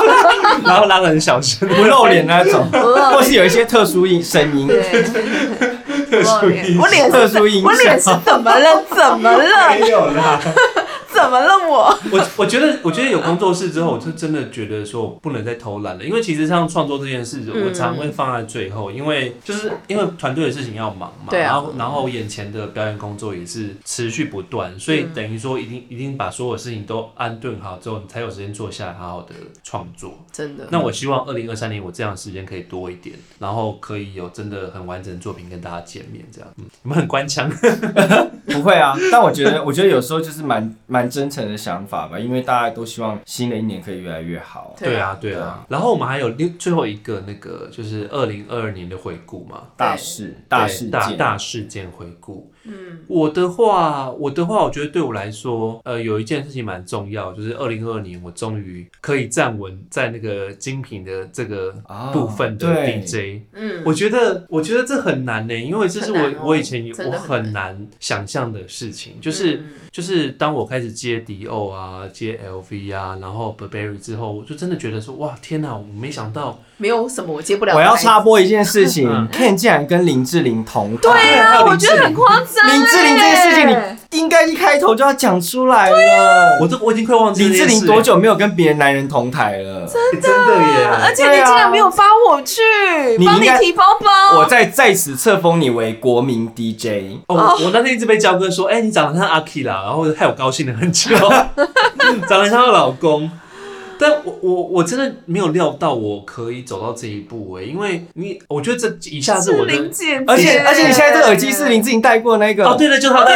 然后拉的很小声，
<laughs> 不露脸那
<laughs>
种，
我
或是有一些特殊音声音，
哦对， <laughs> 我脸我脸
特
是
殊音
我脸是
响，
怎么了？怎么了？
没有啦，
怎么了我？
我我觉得，我觉得有工作室之后，我就真的觉得说我不能再偷懒了，因为其实像创作这件事，
嗯
我常会放在最后，因为就是因为团队的事情要忙嘛，
对啊
然后然后眼前的表演工作也是持续不断，所
嗯
以等于说一定一定把所有事情都安顿好之后，你才有时间坐下来好好的创作。
真的，
那我希望二零二三年我这样的时间可以多一点，然后可以有真的很完整的作品跟大家见面，这样。嗯，你们很官腔，
不会啊。但我觉得，我觉得有时候就是蛮蛮真诚的想法吧，因为大家都希望新的一年可以越来越好。
对
对
啊
啊，对啊。然后我们还有另最后一个那个就是二零二二年的回顾嘛，
大事大
对
事
大
件，
大事件回顾。
嗯，
我的话，我的话，我觉得对我来说，呃，有一件事情蛮重要，就是二零二二年我终于可以站稳在那个精品的这个
啊
部分的
对
DJ。
嗯，
我觉得，我觉得这很难呢、因为这是我、
很难哦
我以前有
真
我
的很
很难想象的事情，就是。
嗯
就是当我开始接迪奥啊、接 LV 啊，然后 Burberry 之后，我就真的觉得说，哇，天哪，我没想到，
没有什么我接不了。
我要插，播一件事情
嗯
，Ken 竟然跟林志玲同台。
对
还
啊，
有林
我觉得很夸张欸。
林志玲这件事情，你应该一开头就要讲出来了。
我都我已经快忘记
林
这
志
件事
玲多久没有跟别的男人同台
欸
了？
真的耶，
而且你竟然没有发我去
你
帮
应
啊你
该
提包包，
我在在此册封你为国民 DJ。
哦，我我那天一直被焦哥说，哎、你长得像阿 K 啦，然后害我高兴了很 <laughs> 久，长得像她老公。但我我我真的没有料到我可以走到这一步哎、因为你我觉得这以下是我的
林姐姐，
而且而且你现在这耳机是林志玲戴过那个，
哦，对了，就是他对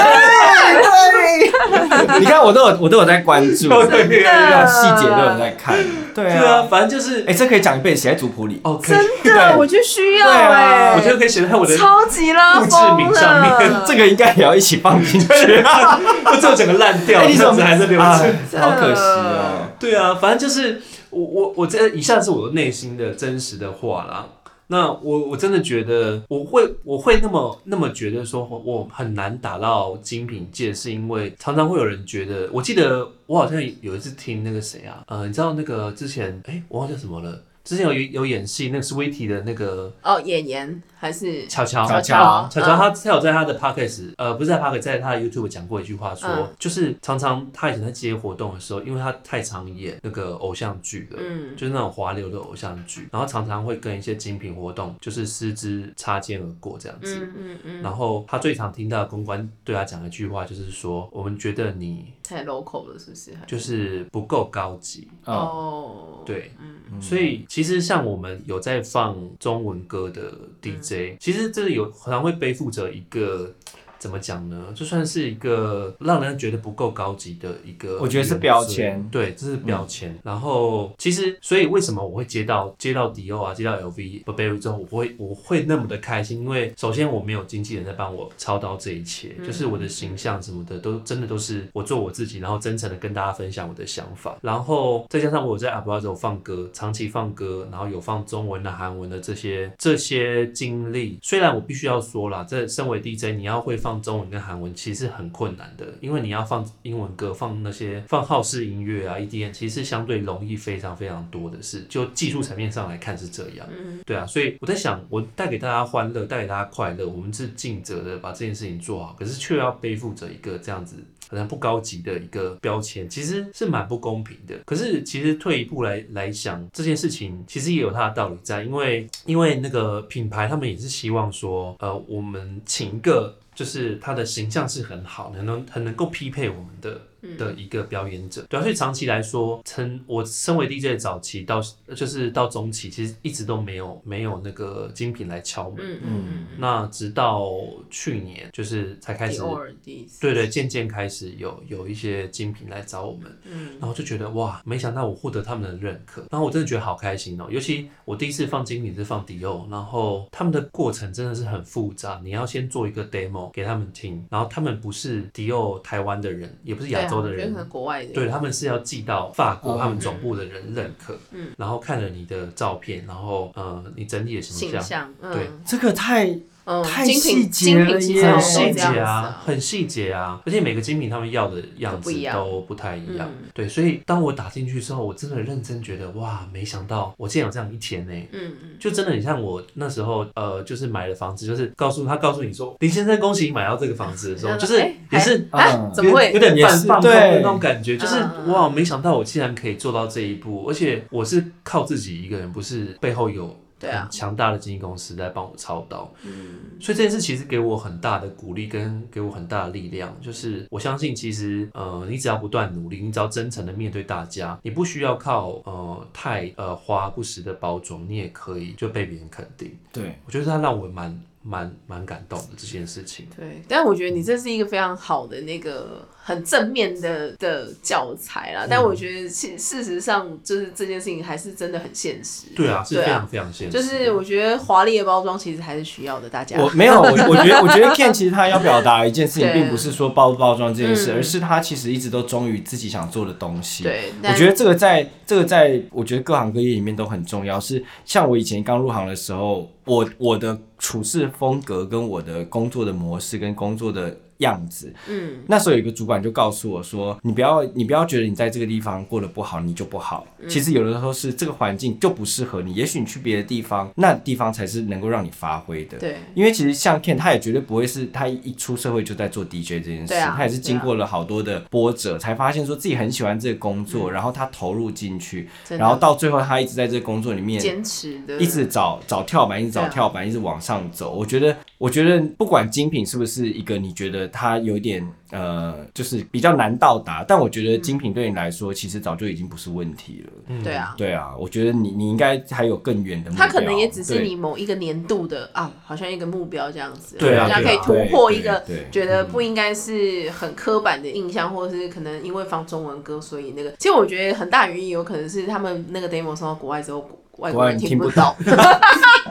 你看我都有我都有在关注，
对对 <laughs> 对
这
对
种细节都有在看。对
对啊，
啊，
反正就是
哎，这可以讲一辈子，写在族谱里。
哦，可以，
真的，我觉得需要
对啊
哎，
我觉得可以写在我的
超级拉
墓志
风
铭上面
了，
这个应该也要一起放进去。
<laughs> 我这整个烂掉，
哎，你怎
样
么
子还是留
啊
着？
好可惜哦。
对啊，反正就是我我我这以下是我内心的真实的话啦。那我我真的觉得我会我会那么那么觉得说我我很难打到精品界，是因为常常会有人觉啊呃得，我记得我好像有一次听那个谁啊，呃，你知道那个之前哎、我忘记叫什么了。之前有有演戏，那个 Sweetie 的那个呃
哦，演员还是
巧巧，
巧
巧
巧巧
嗯
他他有在他的 podcast，呃，不是在 podcast，在他的 YouTube 讲过一句话说，
嗯
就是常常他以前在接活动的时候，因为他太常演那个偶像剧了。
嗯
就是那种华流的偶像剧，然后常常会跟一些精品活动就是失之擦肩而过这样子。
嗯嗯嗯，
然后他最常听到的公关对他讲的一句话就是说：“我们觉得你
太 local 了，是不是？还
就是不够高级。
嗯，
哦，
对，
嗯
所以其实像我们有在放中文歌的
嗯
DJ，、其实这有常常会背负着一个。怎么讲呢？就算是一个让人觉得不够高级的一个原罪，
我觉得是标签嗯
对，这是标签。然后其实，所以为什么我会接到接到迪欧啊，接到 LV、Burberry 之后，我会我会那么的开心？因为首先我没有经纪人在帮我操刀这一切，
嗯
就是我的形象什么的都真的都是我做我自己，然后真诚的跟大家分享我的想法。然后再加上我有在 a b r a z o 放歌，长期放歌，然后有放中文的、韩文的这些这些经历。虽然我必须要说啦，这身为 DJ，你要会放中文跟韩文其实很困难的，因为你要放英文歌、放那些放好式音乐啊、EDM，其实相对容易非常非常多的事。就技术层面上来看是这样。
嗯
对啊，所以我在想，我带给大家欢乐，带给大家快乐，我们是尽责的把这件事情做好，可是却要背负着一个这样子好像不高级的一个标签，其实是蛮不公平的。可是其实退一步来来想，这件事情其实也有它的道理在，因为因为那个品牌他们也是希望说，呃，我们请一个就是他的形象是很好，能能很能够匹配我们的
嗯
的一个表演者，对啊，所以长期来说，从我身为 DJ 早期到就是到中期，其实一直都没有没有那个精品来敲门。
嗯嗯嗯，
那直到去年，就是才开
迪
始，
奥尔第一次，
对对，渐渐开始有有一些精品来找我们，
嗯
然后就觉得哇，没想到我获得他们的认可，然后我真的觉得好开心哦。尤其我第一次放精品是放迪欧，然后他们的过程真的是很复杂，你要先做一个 demo 给他们听，然后他们不是迪欧台湾的人，也不是
对啊
亚洲的
我觉得
人
可，能国外的，
对，他们是要寄到法国
哦
他们总部的人认可，
嗯
然后看了你的照片，然后呃，你整体的形
形
象，
象，
对
嗯
这个太
嗯，
太
精
细
品
节
精
了
品其
耶
实
很
很
细
细
节啊，很细节啊，而且每个精品他们要的样
都不
子
一样
都不太一样
嗯，
对，所以当我打进去之后，我真的认真觉得哇，没想到我竟然有这样一天呢、
嗯嗯，
就真的很像我那时候，呃，就是买了房子，就是告诉他，告诉你说，林先生，恭喜你买到这个房子的时候，
嗯
就是
哎
也是
啊，
嗯
怎么
有
会？
点
也
半
是
放空的
对
那种感觉，就是
嗯嗯
哇，没想到我竟然可以做到这一步，而且我是靠自己一个人，不是背后有
对啊
很强大的经纪公司在帮我操刀，
嗯
所以这件事其实给我很大的鼓励，跟给我很大的力量，就是我相信其实呃，你只要不断努力，你只要真诚的面对大家，你不需要靠呃太呃花不实的包装，你也可以就被别人肯定。
对，
我觉得它让我蛮蛮蛮感动的这件事情。
对，但我觉得你这是一个非常好的那个很正面的的教材啦。但
嗯
我觉得事事实上，就是这件事情还是真的很现实。
对啊，是
对啊
非常非常现实
就
的。
是我觉得华丽的包装其实还是需要的，大家。
我没
<laughs>
有，我我觉得我觉得 Ken 其实他要表达一件事情，
对
并不是说包不包装这件事，
嗯
而是他其实一直都忠于自己想做的东西。
对，
我
但
觉得这个在这个在我觉得各行各业里面都很重要。是像我以前刚入行的时候，我我的处事风格跟我的工作的模式跟工作的样子，
嗯
那时候有一个主管就告诉我说：“你不要你不要觉得你在这个地方过得不好，你就不好。
嗯
其实有的时候是这个环境就不适合你，也许你去别的地方，那地方才是能够让你发挥的。”
对
因为其实像 Ken，他也绝对不会是他一出社会就在做 DJ 这件事，
对啊
他也是经过了好多的波折，才发现说自己很喜欢这个工作，然后他投入进去，
真嗯的
然后到最后他一直在这个工作里面。
坚持的
一直找找跳板，一直
对
找
啊
跳板，一直往上走。我觉得，我觉得不管精品是不是一个你觉得它有点呃，就是比较难到达，但我觉得精品对你来说，其实早就已经不是问题了。
对啊。
对啊，我觉得你你应该还有更远的嗯目标。
它可能也只是
对
你某一个年度的啊，好像一个目标这样子，
对啊
大家可以突
对啊
破
对
一个
对对
觉得不应该是很刻板的印象，或者是可能因为放中文歌，所以那个，其实我觉得很大原因有可能是他们那个 demo 送到国外之后，外国人听不懂，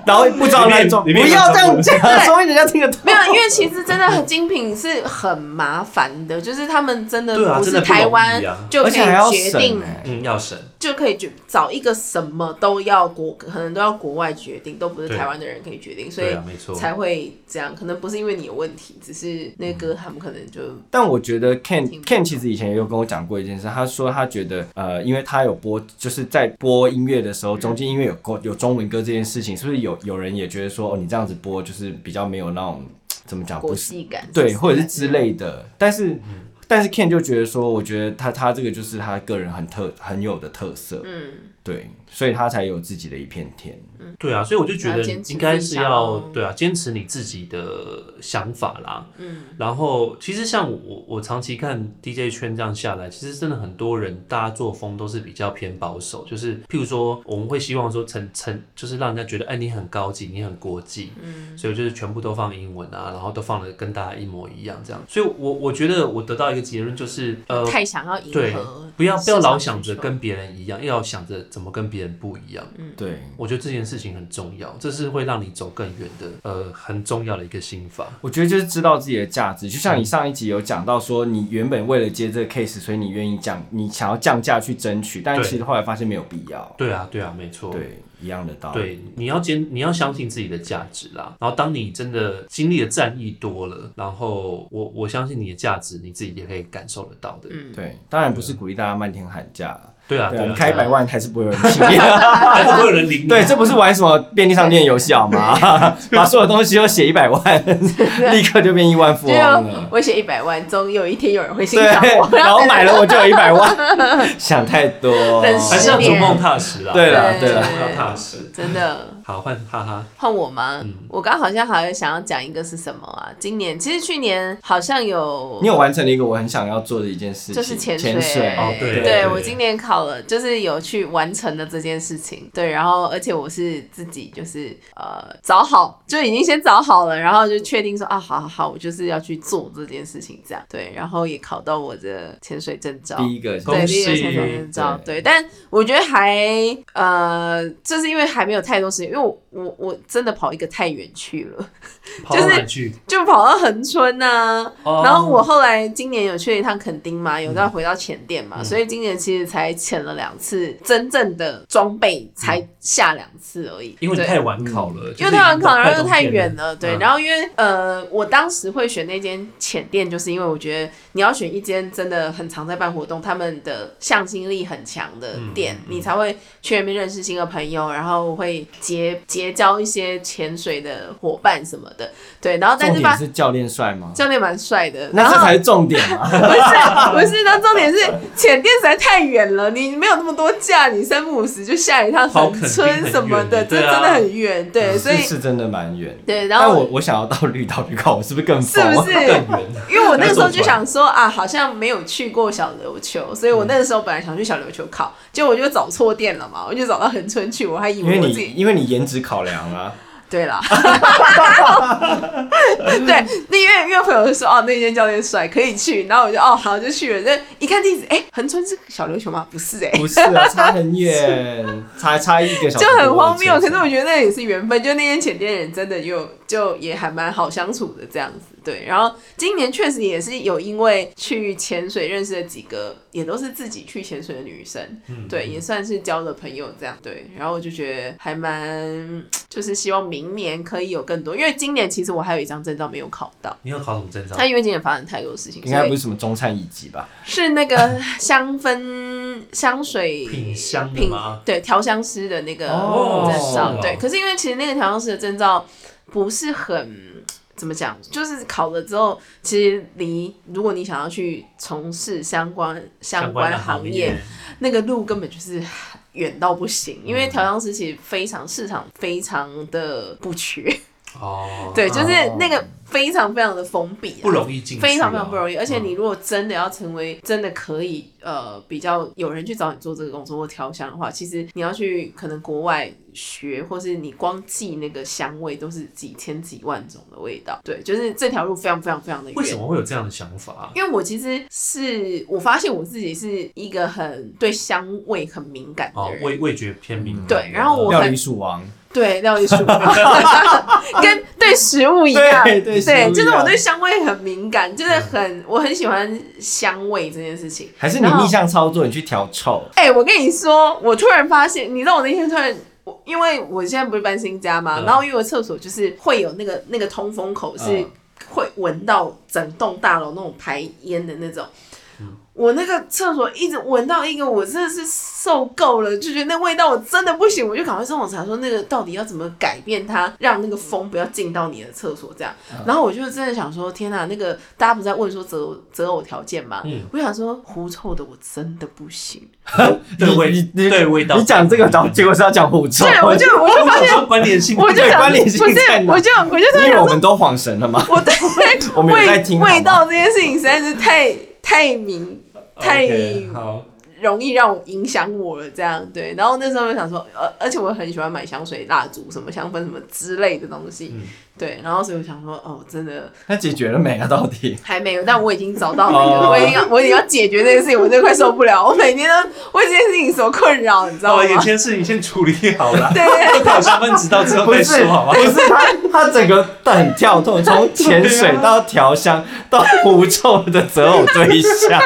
然后不知道那种，
里面
不要这样 <laughs> 讲，所以人家听得懂。
<laughs> 没有，因为其实真的很精品是很麻烦的，就是他们真的
对啊
不
真
是
的不容易啊
台湾就可
而
以
且还要
决定
审，欸
嗯，要省，
就可以决找一个什么都要国，可能都要国外决定，都不是
对
台湾的人可以决定，所
对
以
啊，没错，
才会这样。可能不是因为你有问题，只是那个歌他们可能就
但我觉得 Ken
听不懂
Ken 其实以前也有跟我讲过一件事，他说他觉得呃，因为他有播，就是在播音乐的时候，中间因为有歌有中文歌这件事情，是不是有有人也觉得说哦，你这样子播就是比较没有那种怎么讲，
国
不是
际感，
对，或者是之类的，但是。但是 Ken 就觉得说，我觉得他他这个就是他个人很特很有的特色，
嗯，
对，所以他才有自己的一片天。
对啊，所以我就觉
要
得
坚持
应该
自
是
己想
要
哦
对啊，坚持你自己的想法啦。嗯，然后其实像我我我长期看 DJ 圈这样下来，其实真的很多人大家作风都是比较偏保守，就是譬如说我们会希望说成成就是让人家觉得哎你很高级，你很国际，嗯，所以就是全部都放英文啊，然后都放的跟大家一模一样这样。所以我我觉得我得到一个结论就是呃
太想要迎
对
合，
不要不要老想着
市场需求
跟别人一样，要想着怎么跟别人不一样。
对，
我觉得这件事情很重要，这是会让你走更远的，呃，很重要的一个心法。
我觉得就是知道自己的价值，就像
嗯
你上一集有讲到说，你原本为了接这个 case，所以你愿意降，你想要降价去争取，但
对
其实后来发现没有必要。
对啊，对啊，没错。
对，一样的道理。
对，你要坚，你要相信自己的价值啦。然后，当你真的经历的战役多了，然后我我相信你的价值，你自己也可以感受得到的。
嗯
对当然不是鼓励大家漫天喊价，
对啊，
对
对啊，
啊，你开一
对啊
百万还是不会有人听。
还是会有人领你。
<laughs> 对，这不是玩什么便利商店游戏好吗？
<laughs>
把所有东西都写一百万，立刻就变亿
啊
万富
就
翁
要
了。
我啊写一百万，总有一天有人会欣
对
赏，我。 <laughs>
然后买了我就有一百万，想太多。
但
还是要逐梦踏实啦。
对啦
对
逐
啦
梦要踏实。
真的
好，换哈哈。
换我吗？
嗯
我刚好像好像想要讲一个是什么啊？今年其实去年好像有
你有完成了一个我很想要做的一件事情，
就是潜
潜水。
哦对
对
对
我今年考了，就是有去完成了这件事情。对，然后而且我是自己就是呃找好，就已经先找好了，然后就确定说啊，好好好，我就是要去做这件事情，这样对。然后也考到我的潜水证照，
第一个是
对，
恭
第一个
喜
潜水证照，对，但我觉得还呃，就是因为还没有太多时间，因为我我我真的跑一个太远去了，
跑到哪去？
就跑到恒春啊呐、
哦嗯
然后我后来今年有去了一趟垦丁嘛，有再回到前店嘛，所以今年其实才潜了两次，真正的装备才下两次而已。
嗯因为你
对嗯
太晚考了，
因为太晚考，然后又太远
了。
了，对。
嗯
然后因为呃，我当时会选那间浅店，就是因为我觉得你要选一间真的很常在办活动，他们的向心力很强的店，
嗯
你才会去那边认识新的朋友，然后会结结交一些潜水的伙伴什么的，对。然后但
重
是
点
吧，
是教练帅吗？
教练蛮帅的，然
那
后
这才是重点嘛。
不是不是，那重点是浅店实在太远了，你没有那么多假，你三不五时就下一趟
跑
横
垦丁
村什么的，
很远
这
对
真
啊
的很远， <laughs> 对，所以
是是真的蛮远。
对，然
但
后
我我想要到绿岛去考，我是不是更
是不
疯？
是？ <laughs>
更远。
因为我那个时候就想说啊，好像没有去过小琉球，所以
嗯
我那个时候本来想去小琉球考，结果我就找错店了嘛，我就找到恒春去，我还以
因为
为我
你
自己
因为你颜值考
<laughs>
量啊，
对啦，对，那因为因为朋友就说哦，那间教练帅，可以去，然后我就哦好就去了，就一看地址，哎，恒春是小琉球吗？不是哎、
不是啊，差很
<laughs>
远，差差一个小时
就很荒谬，可
多
是我觉得那也是缘分，就那间浅店人真的又就也还蛮好相处的这样子，对。然后今年确实也是有因为去潜水认识了几个，也都是自己去潜水的女生，
嗯
对，也算是交了朋友这样，对。然后我就觉得还蛮，就是希望明年可以有更多，因为今年其实我还有一张证照没有考到，
你要考什么证照？
但因为今年发生太多事情，
哦应该
所
不
以
是什么中餐乙级吧？
是那个 <laughs> 香氛香水
品香的
品
吗？
对调香师的那个
哦
证照，
是哦
对。可是因为其实那个调香师的证照不是很怎么讲，就是考了之后，其实离如果你想要去从事相关相
关
关
的行
行业，那个路根本就是远到不行，
嗯
因为调香师其实非常市场非常的不缺，
哦，
对，就是
哦
那个非常非常的封闭、啊，
不容易进去啊，
非常非常不容易，而且
嗯
你如果真的要成为真的可以呃比较有人去找你做这个工作或调香的话，其实你要去可能国外学，或是你光记那个香味都是几千几万种的味道。对，就是这条路非常非常非常的
为什
远。
么会有这样的想法啊？
因为我其实是我发现我自己是一个很对香味很敏感
哦
的，人，
味味觉偏敏感。
对然后我
料
很
理鼠王，
<laughs> 对料理书，跟对食物一样，
对对，
事物一
对，
样
就是我对香味很敏感，就是很我很喜欢香味这件事情。
还是你逆向操作，你去调臭，
哎、我跟你说，我突然发现，你知道我那天突然，我因为我现在不是搬新家嘛，
嗯
然后因为我厕所就是会有那个那个通风口是
嗯
会闻到整栋大楼那种排烟的那种。
嗯
我那个厕所一直闻到一个，我真的是受够了，就觉得那味道我真的不行，我就赶快上网查说那个到底要怎么改变它，让那个风不要进到你的厕所这样。
嗯
然后我就真的想说，天哪，那个大家不是在问说择偶择偶条件嘛？
嗯
我想说狐臭的我真的不行，
对味
你你
对味道
你讲这个，然后结果是要讲狐臭，
对，
<laughs>
我就我
哦
就发现，
有关联性，
我就
对
想，
关
不
联
是，
性
我就
在哪
我就我就突然
因为
想
我
说，
们都晃神了嘛。
我对
<laughs> 我们有在听
味
好吗
味道这件事情实在是太太敏太
OK，好，
容易让我影响我了，这样对。然后那时候就想说，呃而而且我很喜欢买香水、蜡烛、什么香氛什么之类的东西，
嗯
对。然后所以我想说，哦，真的
那解决了没啊？到底？
还没有，但我已经找到那个，
哦
我已经要我已经要解决这件事情，我真的快受不了，我每天都为这件事情所困扰，你知道
那
吗
哦
我？眼前事情先处理
<laughs>
好了，
对
<laughs>
对
搞香氛指导之后
不
再
是
说好吗
不？是他，他整个很跳动，从潜
啊
水到调香到狐臭的择偶对象，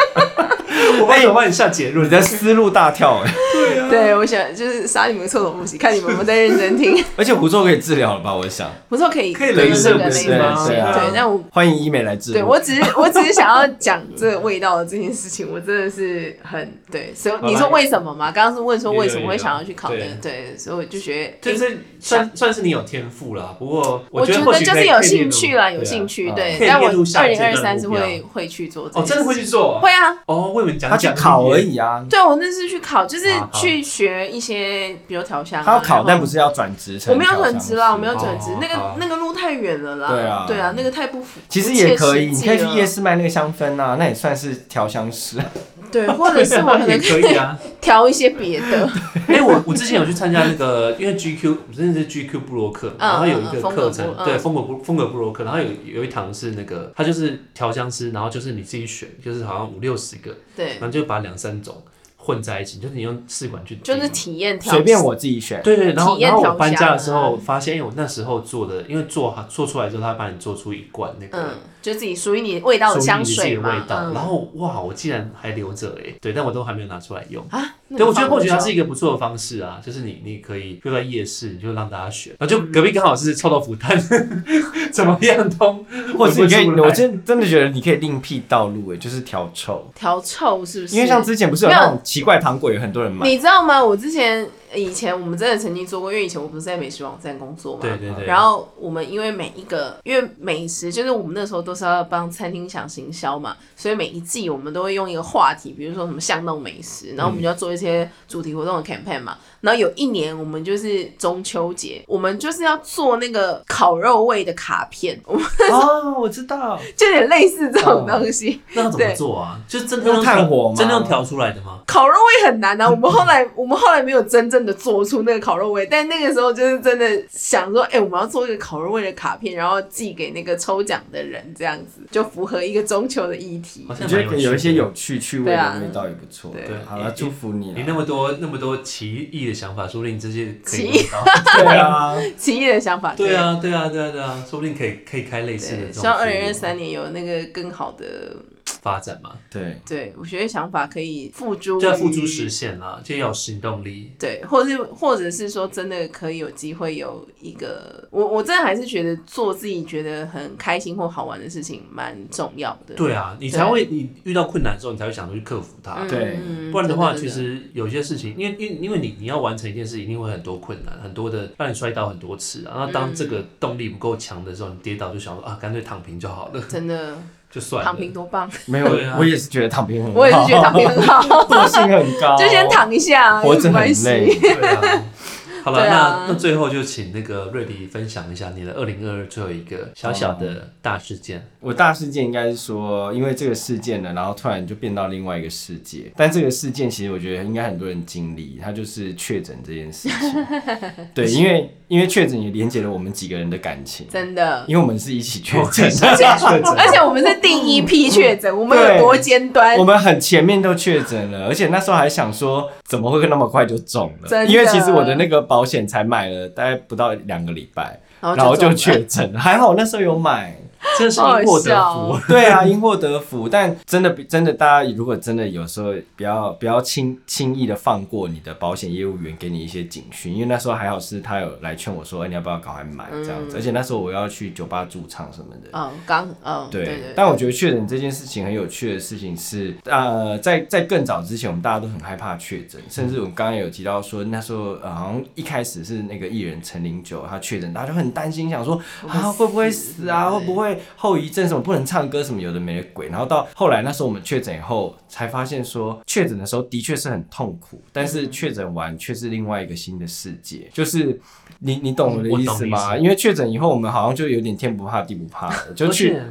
我帮你我帮你下结论
你，的思路大跳哎、
对啊，
<laughs> 对，我想就是杀你们个臭东西，看你们有没有在认真听。
而且狐臭可以治疗了吧？我想，
不错，可以
可以
对
镭射
对
不
对
是
对
吗
对
对啊
对，但我
欢迎医美来治
对
疗。
我只是我只是想要讲这个味道的这件事情，我真的是很对。所以
好啦
你说为什么嘛？刚刚是问说为什么会想要去考
也有也
的
有，
对，所以我就觉得
这
诶，
这算算是你有天赋啦，不过
我
觉
觉
得
得
或许
就
可
是
以
有兴趣啦，
可以列入
有兴趣
啊
对
可。以
但我
列入下
二
一阶段
零二
的
三是
目标
会会去做这
哦，
件事
真的会去做
会啊。
哦，我以为你讲
他去考而，已啊，
对我那次去考，就是
啊好
去学一些，比如调香啊。
他要考，
然
但
后
不是要转职成
我没有转职啦，我
调香师
没有转职
哦，
那个
好
那个路太远了啦。
对啊
对啊，那个太不符。
其实也可以，
不
你
切实
可以
际
去
了
夜市卖那个香氛啊，那也算是调香师。
对，或者是
<laughs>
我可
也
能
可以啊。
调一些别的，
哎，我我之前有去参加那个，因为 GQ 我真的是 GQ 布洛克嘛，
嗯
然后有一
嗯嗯
个
风格
课
布
程，
嗯
对风格布风格布洛克，然后有有一堂是那个，他就是调香师，然后就是你自己选，就是好像五六十个，
对
然，后就把两三种混在一起，就是你用试管去滴
就是体验调，
随便我自己选。
对对，然后
体验
然后我
调
搬
香
家的时
啊
候发现，因哎为我那时候做的，因为做好做出来之后，他帮你做出一罐那个
嗯，就自己属于你味道的
属于
香
你自己
水
的
嘛，
味道。
嗯
然后哇，我竟然还留着哎、对，但我都还没有拿出来用。
啊，那
对，
你
我觉得
放
或许它
多
是
久
一个不错的方式啊，就是你你可以就在夜市，你就让大家选，然后就
嗯
隔壁刚好是臭豆腐摊， <laughs> 怎么样都
或者你可以，
闻不出来
我真真的觉得你可以另辟道路诶，就是调臭，
调臭是不是？
因为像之前不是有
没有
那种奇怪糖果，有很多人买，
你知道吗？我之前以前我们真的曾经做过，因为以前我不是在美食网站工作嘛，
对对对
然后我们因为每一个，因为美食就是我们那时候都是要帮餐厅想行销嘛，所以每一季我们都会用一个话题，比如说什么巷弄美食，然后我
嗯
们就要做一些主题活动的 campaign 嘛。然后有一年我们就是中秋节，我们就是要做那个烤肉味的卡片，我们 <laughs>
<laughs> 哦，我知道，
就有点类似这
哦
种东西。
那要怎么
对
做啊？就是真的
用
调
炭火吗
真的用调出来的吗？
烤肉味很难啊，我们后来 <laughs> 我们后来没有真正的做出那个烤肉味，但那个时候就是真的想说，哎、我们要做一个烤肉味的卡片，然后寄给那个抽奖的人，这样子就符合一个中秋的议题
好。
<laughs>
像
我觉得
蛮
可以有一
趣
些
的
有趣趣味
对啊
的味道也不错。
对
对
好了，祝福你啊
你
啦。
那么多那么多奇异的想法，说不定这些可以
奇
用到。
对啊，
奇异的想法，
对。啊，对啊，对啊，对啊，说不定可以可以开类似的
对，
这种
希望
服务
二零二三年有那个更好的，
发展嘛，
<laughs> 对，
对我觉得想法可以付诸
就要付诸
于
实现啦，就要有行动力。
对，或是或者是说真的可以有机会有一个，我我真的还是觉得做自己觉得很开心或好玩的事情蛮重要的。
对啊，你才会你遇到困难的时候，你才会想着去克服它。
嗯，
对
嗯
不然的话，
真
其实有些事情，因为因为因为你你要完成一件事，一定会很多困难，很多的让你摔倒很多次啊。那当这个动力不够强的时候，你跌倒就想说啊，干脆躺平就好了，
真的
就算了。
躺平多棒，
没
对啊
有，我也是觉得躺平很好，
我也是觉得躺平很好，
<laughs> 惰性很高，
就先，躺一下，啊
哦活
有
着
什么关
很
系？
累。
对啊。好了，
对啊
那那最后就请那个瑞迪分享一下你的二零二二最后一个小小
哦
的大事件。
我大事件应该是说，因为这个事件呢，然后突然就变到另外一个世界。但这个事件其实我觉得应该很多人经历，它就是确诊这件事情。 <laughs> 对，因为因为确诊也连接了我们几个人的感情，
真的，
<laughs> 因为我们是一起 <laughs> 确诊，
而且我们是第一批确诊，我们有多尖端
我？们很前面都确诊了，而且那时候还想说怎么会那么快就中
真
了，
的
因为其实我的那个保险才买了大概不到两个礼拜，
然
然后
就中
就
了 <laughs>
确诊，还好我那时候有买，
真的是因祸得
好哦
福
好。
<laughs> 对啊，因祸得福。但真的真的，大家如果真的有时候不要不要轻轻易的放过你的保险业务员给你一些警讯，因为那时候还好是他有来劝我说，哎、你要不要赶快买这样子？而且那时候我要去酒吧驻唱什么的。
嗯，刚嗯，
对，
对对，
但我觉得确诊这件事情很有趣的事情是，呃，在在更早之前，我们大家都很害怕确诊，甚至我们刚刚有提到说，那时候、呃、好像一开始是那个艺人陈零九他确诊，大家就很担心，想说啊会不会死啊，会不会后遗症什么不能唱歌什么有的没的鬼。然后到后来那时候我们确诊以后，才发现说确诊的时候的确是很痛苦，但是确诊完却是另外一个新的世界，就是。你你懂我的
嗯我
意
懂
思
你意
吗？
思
因为确诊以后，我们好像就有点天不怕地不怕了，就
而
去
且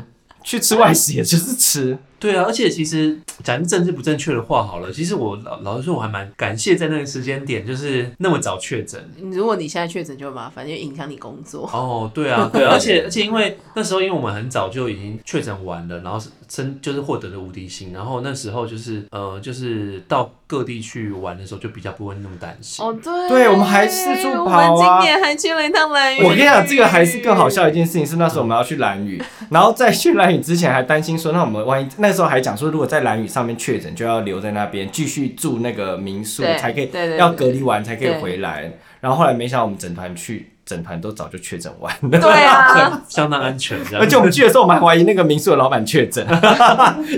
去吃外食也就是吃，
对啊，而且其实讲政治不正确的话好了，其实我老老实说，我还蛮感谢在那个时间点，就是那么早确诊。
如果你现在确诊就麻烦，就影响你工作。
哦，对
<laughs>
啊，对啊，而且而且因为那时候，因为我们很早就已经确诊完了，然后真就是获得了无敌星，然后那时候就是呃，就是到各地去玩的时候，就比较不会那么担心。
哦，对，
对我们还四处跑啊
我们今年还去了一趟兰屿。
我跟你讲，这个还是更好笑的一件事情是，那时候我们要去蓝屿，然后在去蓝屿之前还担心说，那我们万一那时候还讲说，如果在蓝屿上面确诊，就要留在那边继续住那个民宿，
对
才可以
对对对
要隔离完才可以
对
回来。然后后来没想到我们整团去，整团都早就确诊完了。
对
<laughs>
啊，
相当安全，这样
而且我们去的时候，我们还怀疑那个民宿的老板确诊，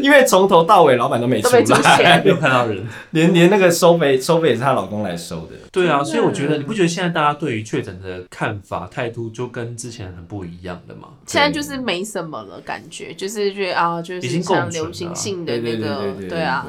因为从头到尾老板都没
都
出
被出
来，
现
没有看到人。
连连那个收费收费也是她老公来收的。
对啊，
真的
所以我觉得你不觉得现在大家对于确诊的看法态度就跟之前很不一样了吗？
现在就是没什么了，感觉就是觉得啊，就
已
是
经共存
像
了
流行性的
对
那
对对对
个，
对
对啊，。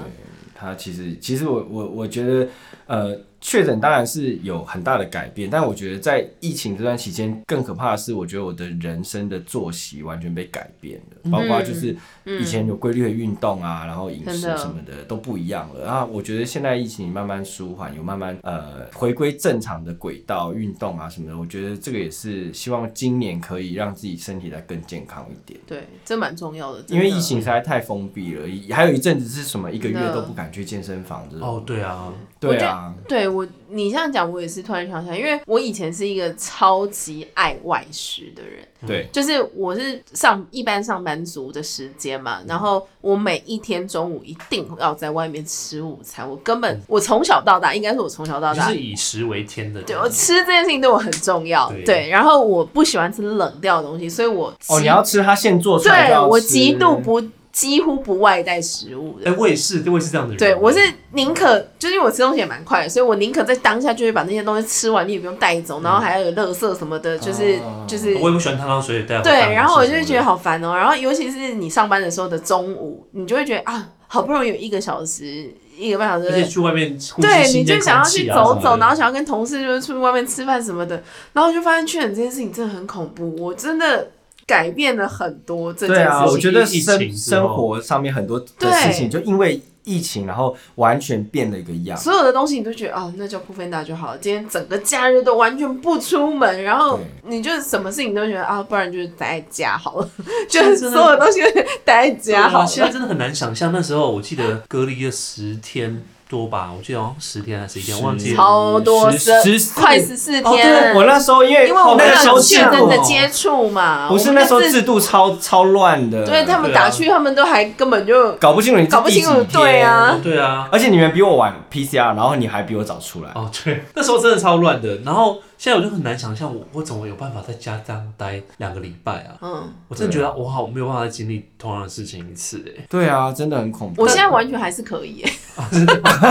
他其实，其实我我我觉得，呃，确诊当然是有很大的改变，但我觉得在疫情这段期间，更可怕的是，我觉得我的人生的作息完全被改变
嗯
了，包括就是以前有规律的运动啊，然后饮食
真的
什么的都不一样了。然后我觉得现在疫情慢慢舒缓，有慢慢呃回归正常的轨道，运动啊什么的，我觉得这个也是希望今年可以让自己身体再更健康一点。
对，这蛮重要的。真的
因为疫情实在太封闭了，还有一阵子是什么一个
真
月
的
都不敢去健身房这种。
哦，对啊，
对啊，
对我，你这样讲，我也是突然想起来，因为我以前是一个超级爱外食的人，
对，
就是我是上一般上班族的时间嘛，然后我每一天中午一定要在外面吃午餐，我根
嗯
本我从小到大，应该是我从小到
就
大
是以食为天的人。
对我吃这件事情对我很重要，
对
对，然后我不喜欢吃冷掉的东西，所以我
哦，
极
你要吃它现做出来就
对
要吃，
我极度不几乎不外带食物
哎、
的，
我也是，我也是这样的人。啊
对我是宁可就是因为我吃东西也蛮快的，所以我宁可在当下就会把那些东西吃完，你也不用带走，然后还有垃圾什么的，就是
哦
就是
嗯我也不喜欢汤汤水水带回办公室
对，然后我就会觉得
什么
好烦哦、然后尤其是你上班的时候的中午，你就会觉得啊，好不容易有一个小时、一个半小时
的，而且去外面呼吸
对，
新
你就
鲜
想要
空
去
气啊
走
什么
走，
的
然后想要跟同事就是出去外面吃饭什么的，然后我就发现确诊这件事情真的很恐怖，我真的改变了很多这件
对
事情。
啊，我觉得
疫情
生
之后
生活上面很多的
对
事情，就因为疫情，然后完全变了一个样。
所有的东西你都觉得哦，那叫 n d a 就好了。今天整个假日都完全不出门，然后你就是什么事情都觉得啊，不然就是待在家好了， <laughs> 就是
真
所
的
有东西都待在
对
家好
啊，
了。
现在真的很难想象那时候，我记得隔离了十天多吧，我记得好像十天还是十一天，忘记了。
超多
十
生
十四
快十四
哦
天，啊
我那时候因为
因为我们
那个时候
有
制
确诊
度
的接触嘛，
不是那时候制度超超乱的，
对他们
对啊
打去，他们都还根本就
搞不清楚你是
搞不清楚
第几天
对啊
对啊，
而且你们比我晚 PCR，然后你还比我早出来。
哦对， <laughs> 那时候真的超乱的。然后现在我就很难想象我，我怎么有办法在家这样待两个礼拜啊？
嗯，
我真的觉得我好没有办法再经历同样的事情一次哎、
对啊，真的很恐怖。
我现在完全还是可以，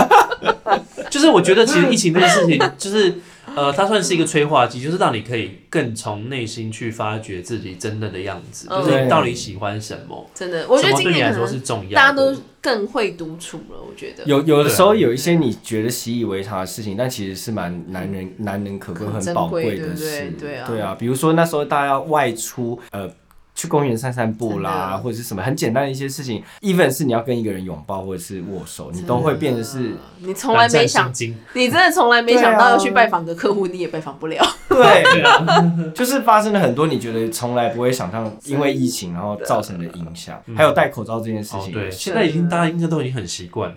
<laughs> 就是我觉得其实疫情这个事情，就是呃，它算是一个催化剂，就是让你可以更从内心去发掘自己真正的样子，
嗯
就是你到底喜欢什么，
真的，我觉
什
得
么
今
对你
年
来
可
说是
能
重要的。
大家都更会独处了，我觉得。
有有的时候有一些你觉得习以为常的事情，但其实是蛮难能难能可贵、
很
很
珍
宝
贵
贵
对
的
不对
事。
对啊
比如说那时候大家外出，呃。去公园散散步
真
啦，
的
或者是什么很简单的一些事情，even 是你要跟一个人拥抱或者是握手，你都会变得是，
嗯你从来没想
胆战，心惊
你真的从来没想到
对啊
要去拜访个客户，你也拜访不
<laughs>
了。
对
对，
啊，
就是发生了很多你觉得从来不会想象，因为疫情然后造成的影响，还有戴口罩这件事
哦
情，
对，现在已经大家应该都已经很习惯了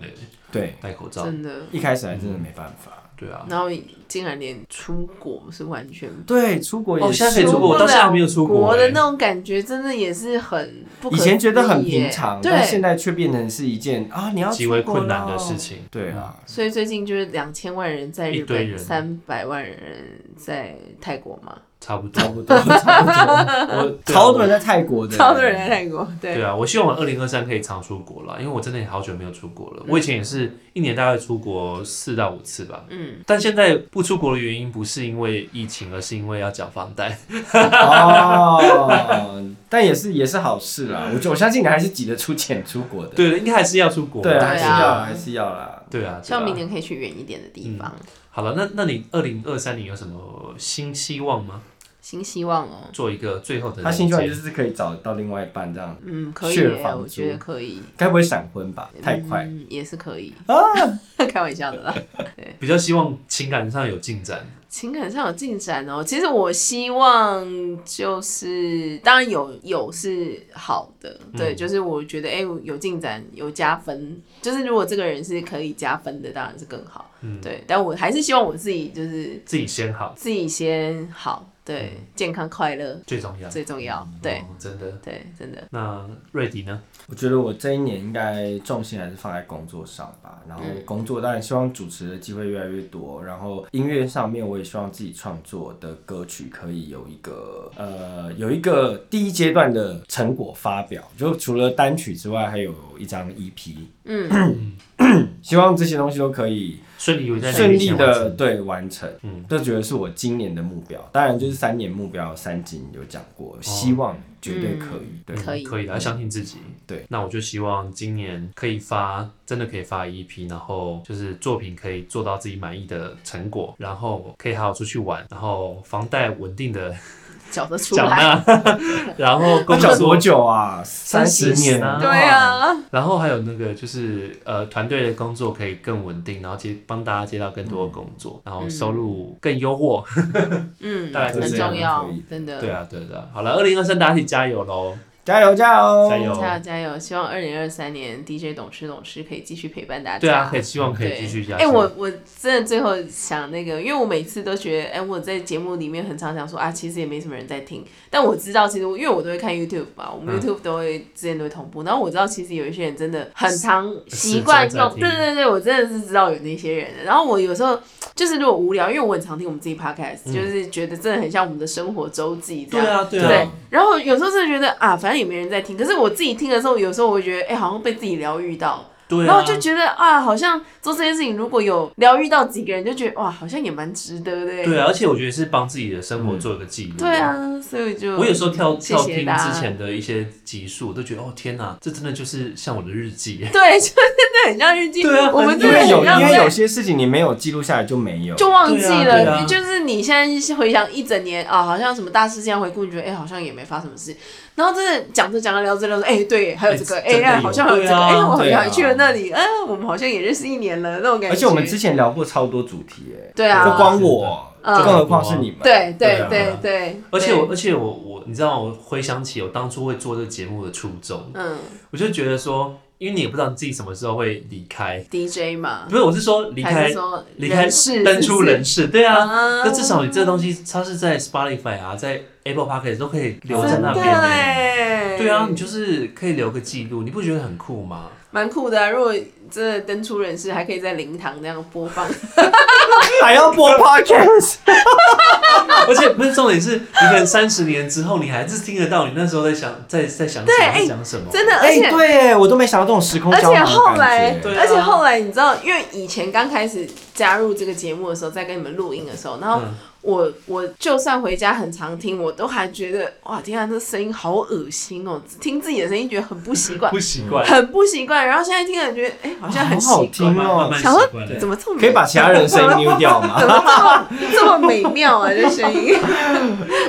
对，
戴口罩。
真的，
一开始还真的没办法，
对啊。
然后竟然连出国是完全
对，出国也
哦，现在可以
是
出国，我到现在还没有出
国
国
的
欸。
那种感觉，真的也是很不可
以前觉得很
思议耶
平常，但现
对。
在却变成是一件啊，你要
极为
出国
困难
了
的事。情。嗯
对啊，
所以最近就是两千万人在日
一堆
本，
人
三百万人在泰国嘛，
差不
<laughs>
多
差。不多，
<laughs>
差不
我
多，超多
对
人
啊
在泰国的，
超多人在泰国，对
对啊，我希望我二零二三可以常出国了，因为我真的也好久没有出国
嗯
了。我以前也是一年大概出国四到五次吧。
嗯，
但现在不出国的原因不是因为疫情，而是因为要缴房贷。 <laughs>
哦，但也是也是好事啦。我我相信你还是挤得出钱出国的。
对了，应该还是要出国。
对啊，还
对
是
啊
要还是要啦。
对啊，嗯
希望
对啊
明年可以去远一点的地方。
好了，那那你二零二三年有什么新希望吗？
新希望哦，
做一个最后的
他兴趣
总
爱
结
就是可以找到另外一半这样，
嗯，可以
血
耶，
房
我
族
觉得可以，
该不会闪婚吧？太快。
嗯，也是可以
啊
<laughs> 开玩笑的啦。
比较希望情感上有进展。
情感上有进展哦。其实我希望就是，当然有有是好的，
嗯
对，就是我觉得哎、有进展有加分，就是如果这个人是可以加分的，当然是更好，
嗯
对。但我还是希望我自己就是
自己先好
自己先好，对，
嗯
健康快乐
最重要。
最重要，对
哦，真的。
对，真的，
那瑞迪呢？
我觉得我这一年应该重心还是放在工作上吧，然后工作当然希望主持的机会越来越多，然后音乐上面我也希望自己创作的歌曲可以有一个呃有一个第一阶段的成果发表，就除了单曲之外，还有一张 EP，
嗯，
<clears throat> 希望这些东西都可以
顺利有在
顺利
完
的
成
对完成，
嗯
这觉得是我今年的目标，当然就是三年目标三金有讲过，
哦
希望绝对可以，对。
可以
可以的，要相信自己。
对，
那我就希望今年可以发，真的可以发 EP，然后就是作品可以做到自己满意的成果，然后可以好好出去玩，然后房贷稳定的
讲得出
缴
来，
纳， <laughs> 然后
那
工
讲
作
多久啊？
三
十
十年啊
对啊，
然后还有那个就是呃团队的工作可以更稳定，然后接帮大家接到更多的工作，然后收入更优渥。
嗯，
大概就
很
这样
重要
可以，
真的，
对啊，对的、好了，二零二三大家一起加油喽！
加油加油！
加油
加油加油！希望二零二三年 DJ 懂吃懂吃可以继续陪伴大家。
对啊，可以希望可
对
以继续加。
哎、我我真的最后想那个，因为我每次都觉得，哎、我在节目里面很常讲说啊，其实也没什么人在听，但我知道其实我因为我都会看 YouTube 吧，我们
嗯
YouTube 都会、之前都会同步，然后我知道其实有一些人真的很常习
时
惯
常在
用，
听
对对对，我真的是知道有那些人的。然后我有时候就是如果无聊，因为我很常听我们
嗯
自己 Podcast，、就是觉得真的很像我们的生活周记这
对
样。
啊，对
对
啊，，
然后有时候真的觉得啊，反正也没人在听。可是我自己听的时候，有时候我会觉得，哎、好像被自己疗愈到，
对
然后
啊
我，就觉得啊，好像做这件事情如果有疗愈到几个人，就觉得哇，好像也蛮值得的。欸
对啊，而且我觉得是帮自己的生活做一个记录。
对。啊，所以就
我有时候跳
谢
跳
谢
听
大家
之前的一些集数，我都觉得哦天哪，这真的就是像我的日
<laughs>
记。
对，就真的很像日记。
对啊
我们
很
真
因
的
为有
很像
因为有
在。
些事情你没有记录下来就没有，
就忘记
对啊
了，
对啊
就是你现在回想一整年啊，好像什么大事件回顾，你觉得哎、好像也没发生什么事，然后真的讲着讲着聊着聊着，哎、对，还有这个，
哎
哎、
真的有
好像还有这个，
对啊
哎、我好
对
像
啊
还去了那里，啊，我们好像也认识一年了那种感觉。
而且我们之前聊过超多主题耶，
对啊
就光我，
嗯
更何况是你们，
对
对
对
啊
对对，
而且
对
我，而且我，我，你知道，我回想起我当初会做这个节目的初衷，
嗯
我就觉得说，因为你也不知道你自己什么时候会离开，
DJ 嘛，
不是，我是说离
啊还
开
是说
离开
人事
登出人
事
世，对啊。
啊
那至少你这东西，它是在 Spotify 啊，在 Apple Podcast 都可以留在
真
那
的
边欸、
哎，
对啊，你就是可以留个记录，你不觉得很酷吗？
蛮酷的啊。如果真的登出人士，还可以在灵堂那样
<laughs>
播放，
还要 <laughs> 播 podcast，
<laughs> 而且不是重点是，你可能三十年之后，你还是听得到你那时候在想在在想
对
什么，
哎
在讲什么。
真的，而
哎，
且
对耶，我都没想到这种时空
而
胶
且
囊
后
的
来
感，
对
觉。
啊
而且后来，你知道，因为以前刚开始加入这个节目的时候，在跟你们录音的时候，然后
嗯
我、我就算回家很常听，我都还觉得哇，天啊，这声音好恶心哦！听自己的声音觉得很不习惯
不，习惯，啊
很不习惯。然后现在听了觉得，哎、好像很
好好
习惯
听，哦
慢慢习
想说
惯了。
怎么这么
可以把其他人的声音丢掉
怎 <laughs>
<laughs> 吗？
么这么这么美妙啊？这声
<laughs>
音。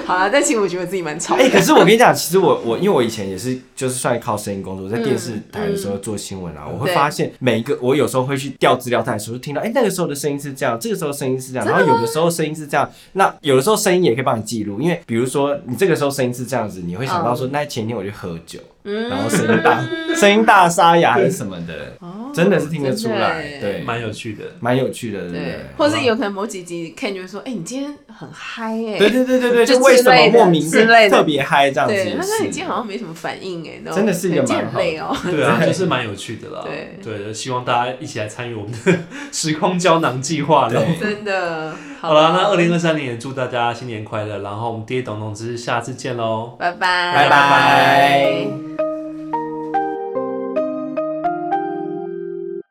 好了，但其实我觉得自己蛮吵的。
哎，可是我跟你讲，其实我我因为我以前也是就是算靠声音工作，在电视台的时候做新闻啊，我会
嗯对
发现每一个我有时候会去调资料袋的时候，就听到哎那个时候的声音是这样，这个时候声音是这样，然后有的时候声音是这样，那有的时候声音也可以帮你记录，因为比如说你这个时候声音是这样子，你会想到说那前一天我去喝酒，
嗯
然后声音大声音大沙哑还是什么的，真的是听得
哦真
出
的
来，
耶
对，
蛮有趣的。
蛮有趣的，对不
对
对？，
或是有可能某几集 Ken 就会说，哎，你今天很嗨哎，
对对对对对，
就
就为什
之类
么
的
莫名
之类的
特别嗨这样子也
对，
是？
他说你今天好像没什么反应哎，然后
真的是一个
你今天很
蛮好的
累哦，
对啊，就是蛮有趣的啦。
对
对，希望大家一起来参与我们的时空胶囊计划了。
对
真的。
好啦，
啦
那二零二三年也祝大家新年快乐，然后我们爹懂懂之下次见喽。
拜拜，
拜拜。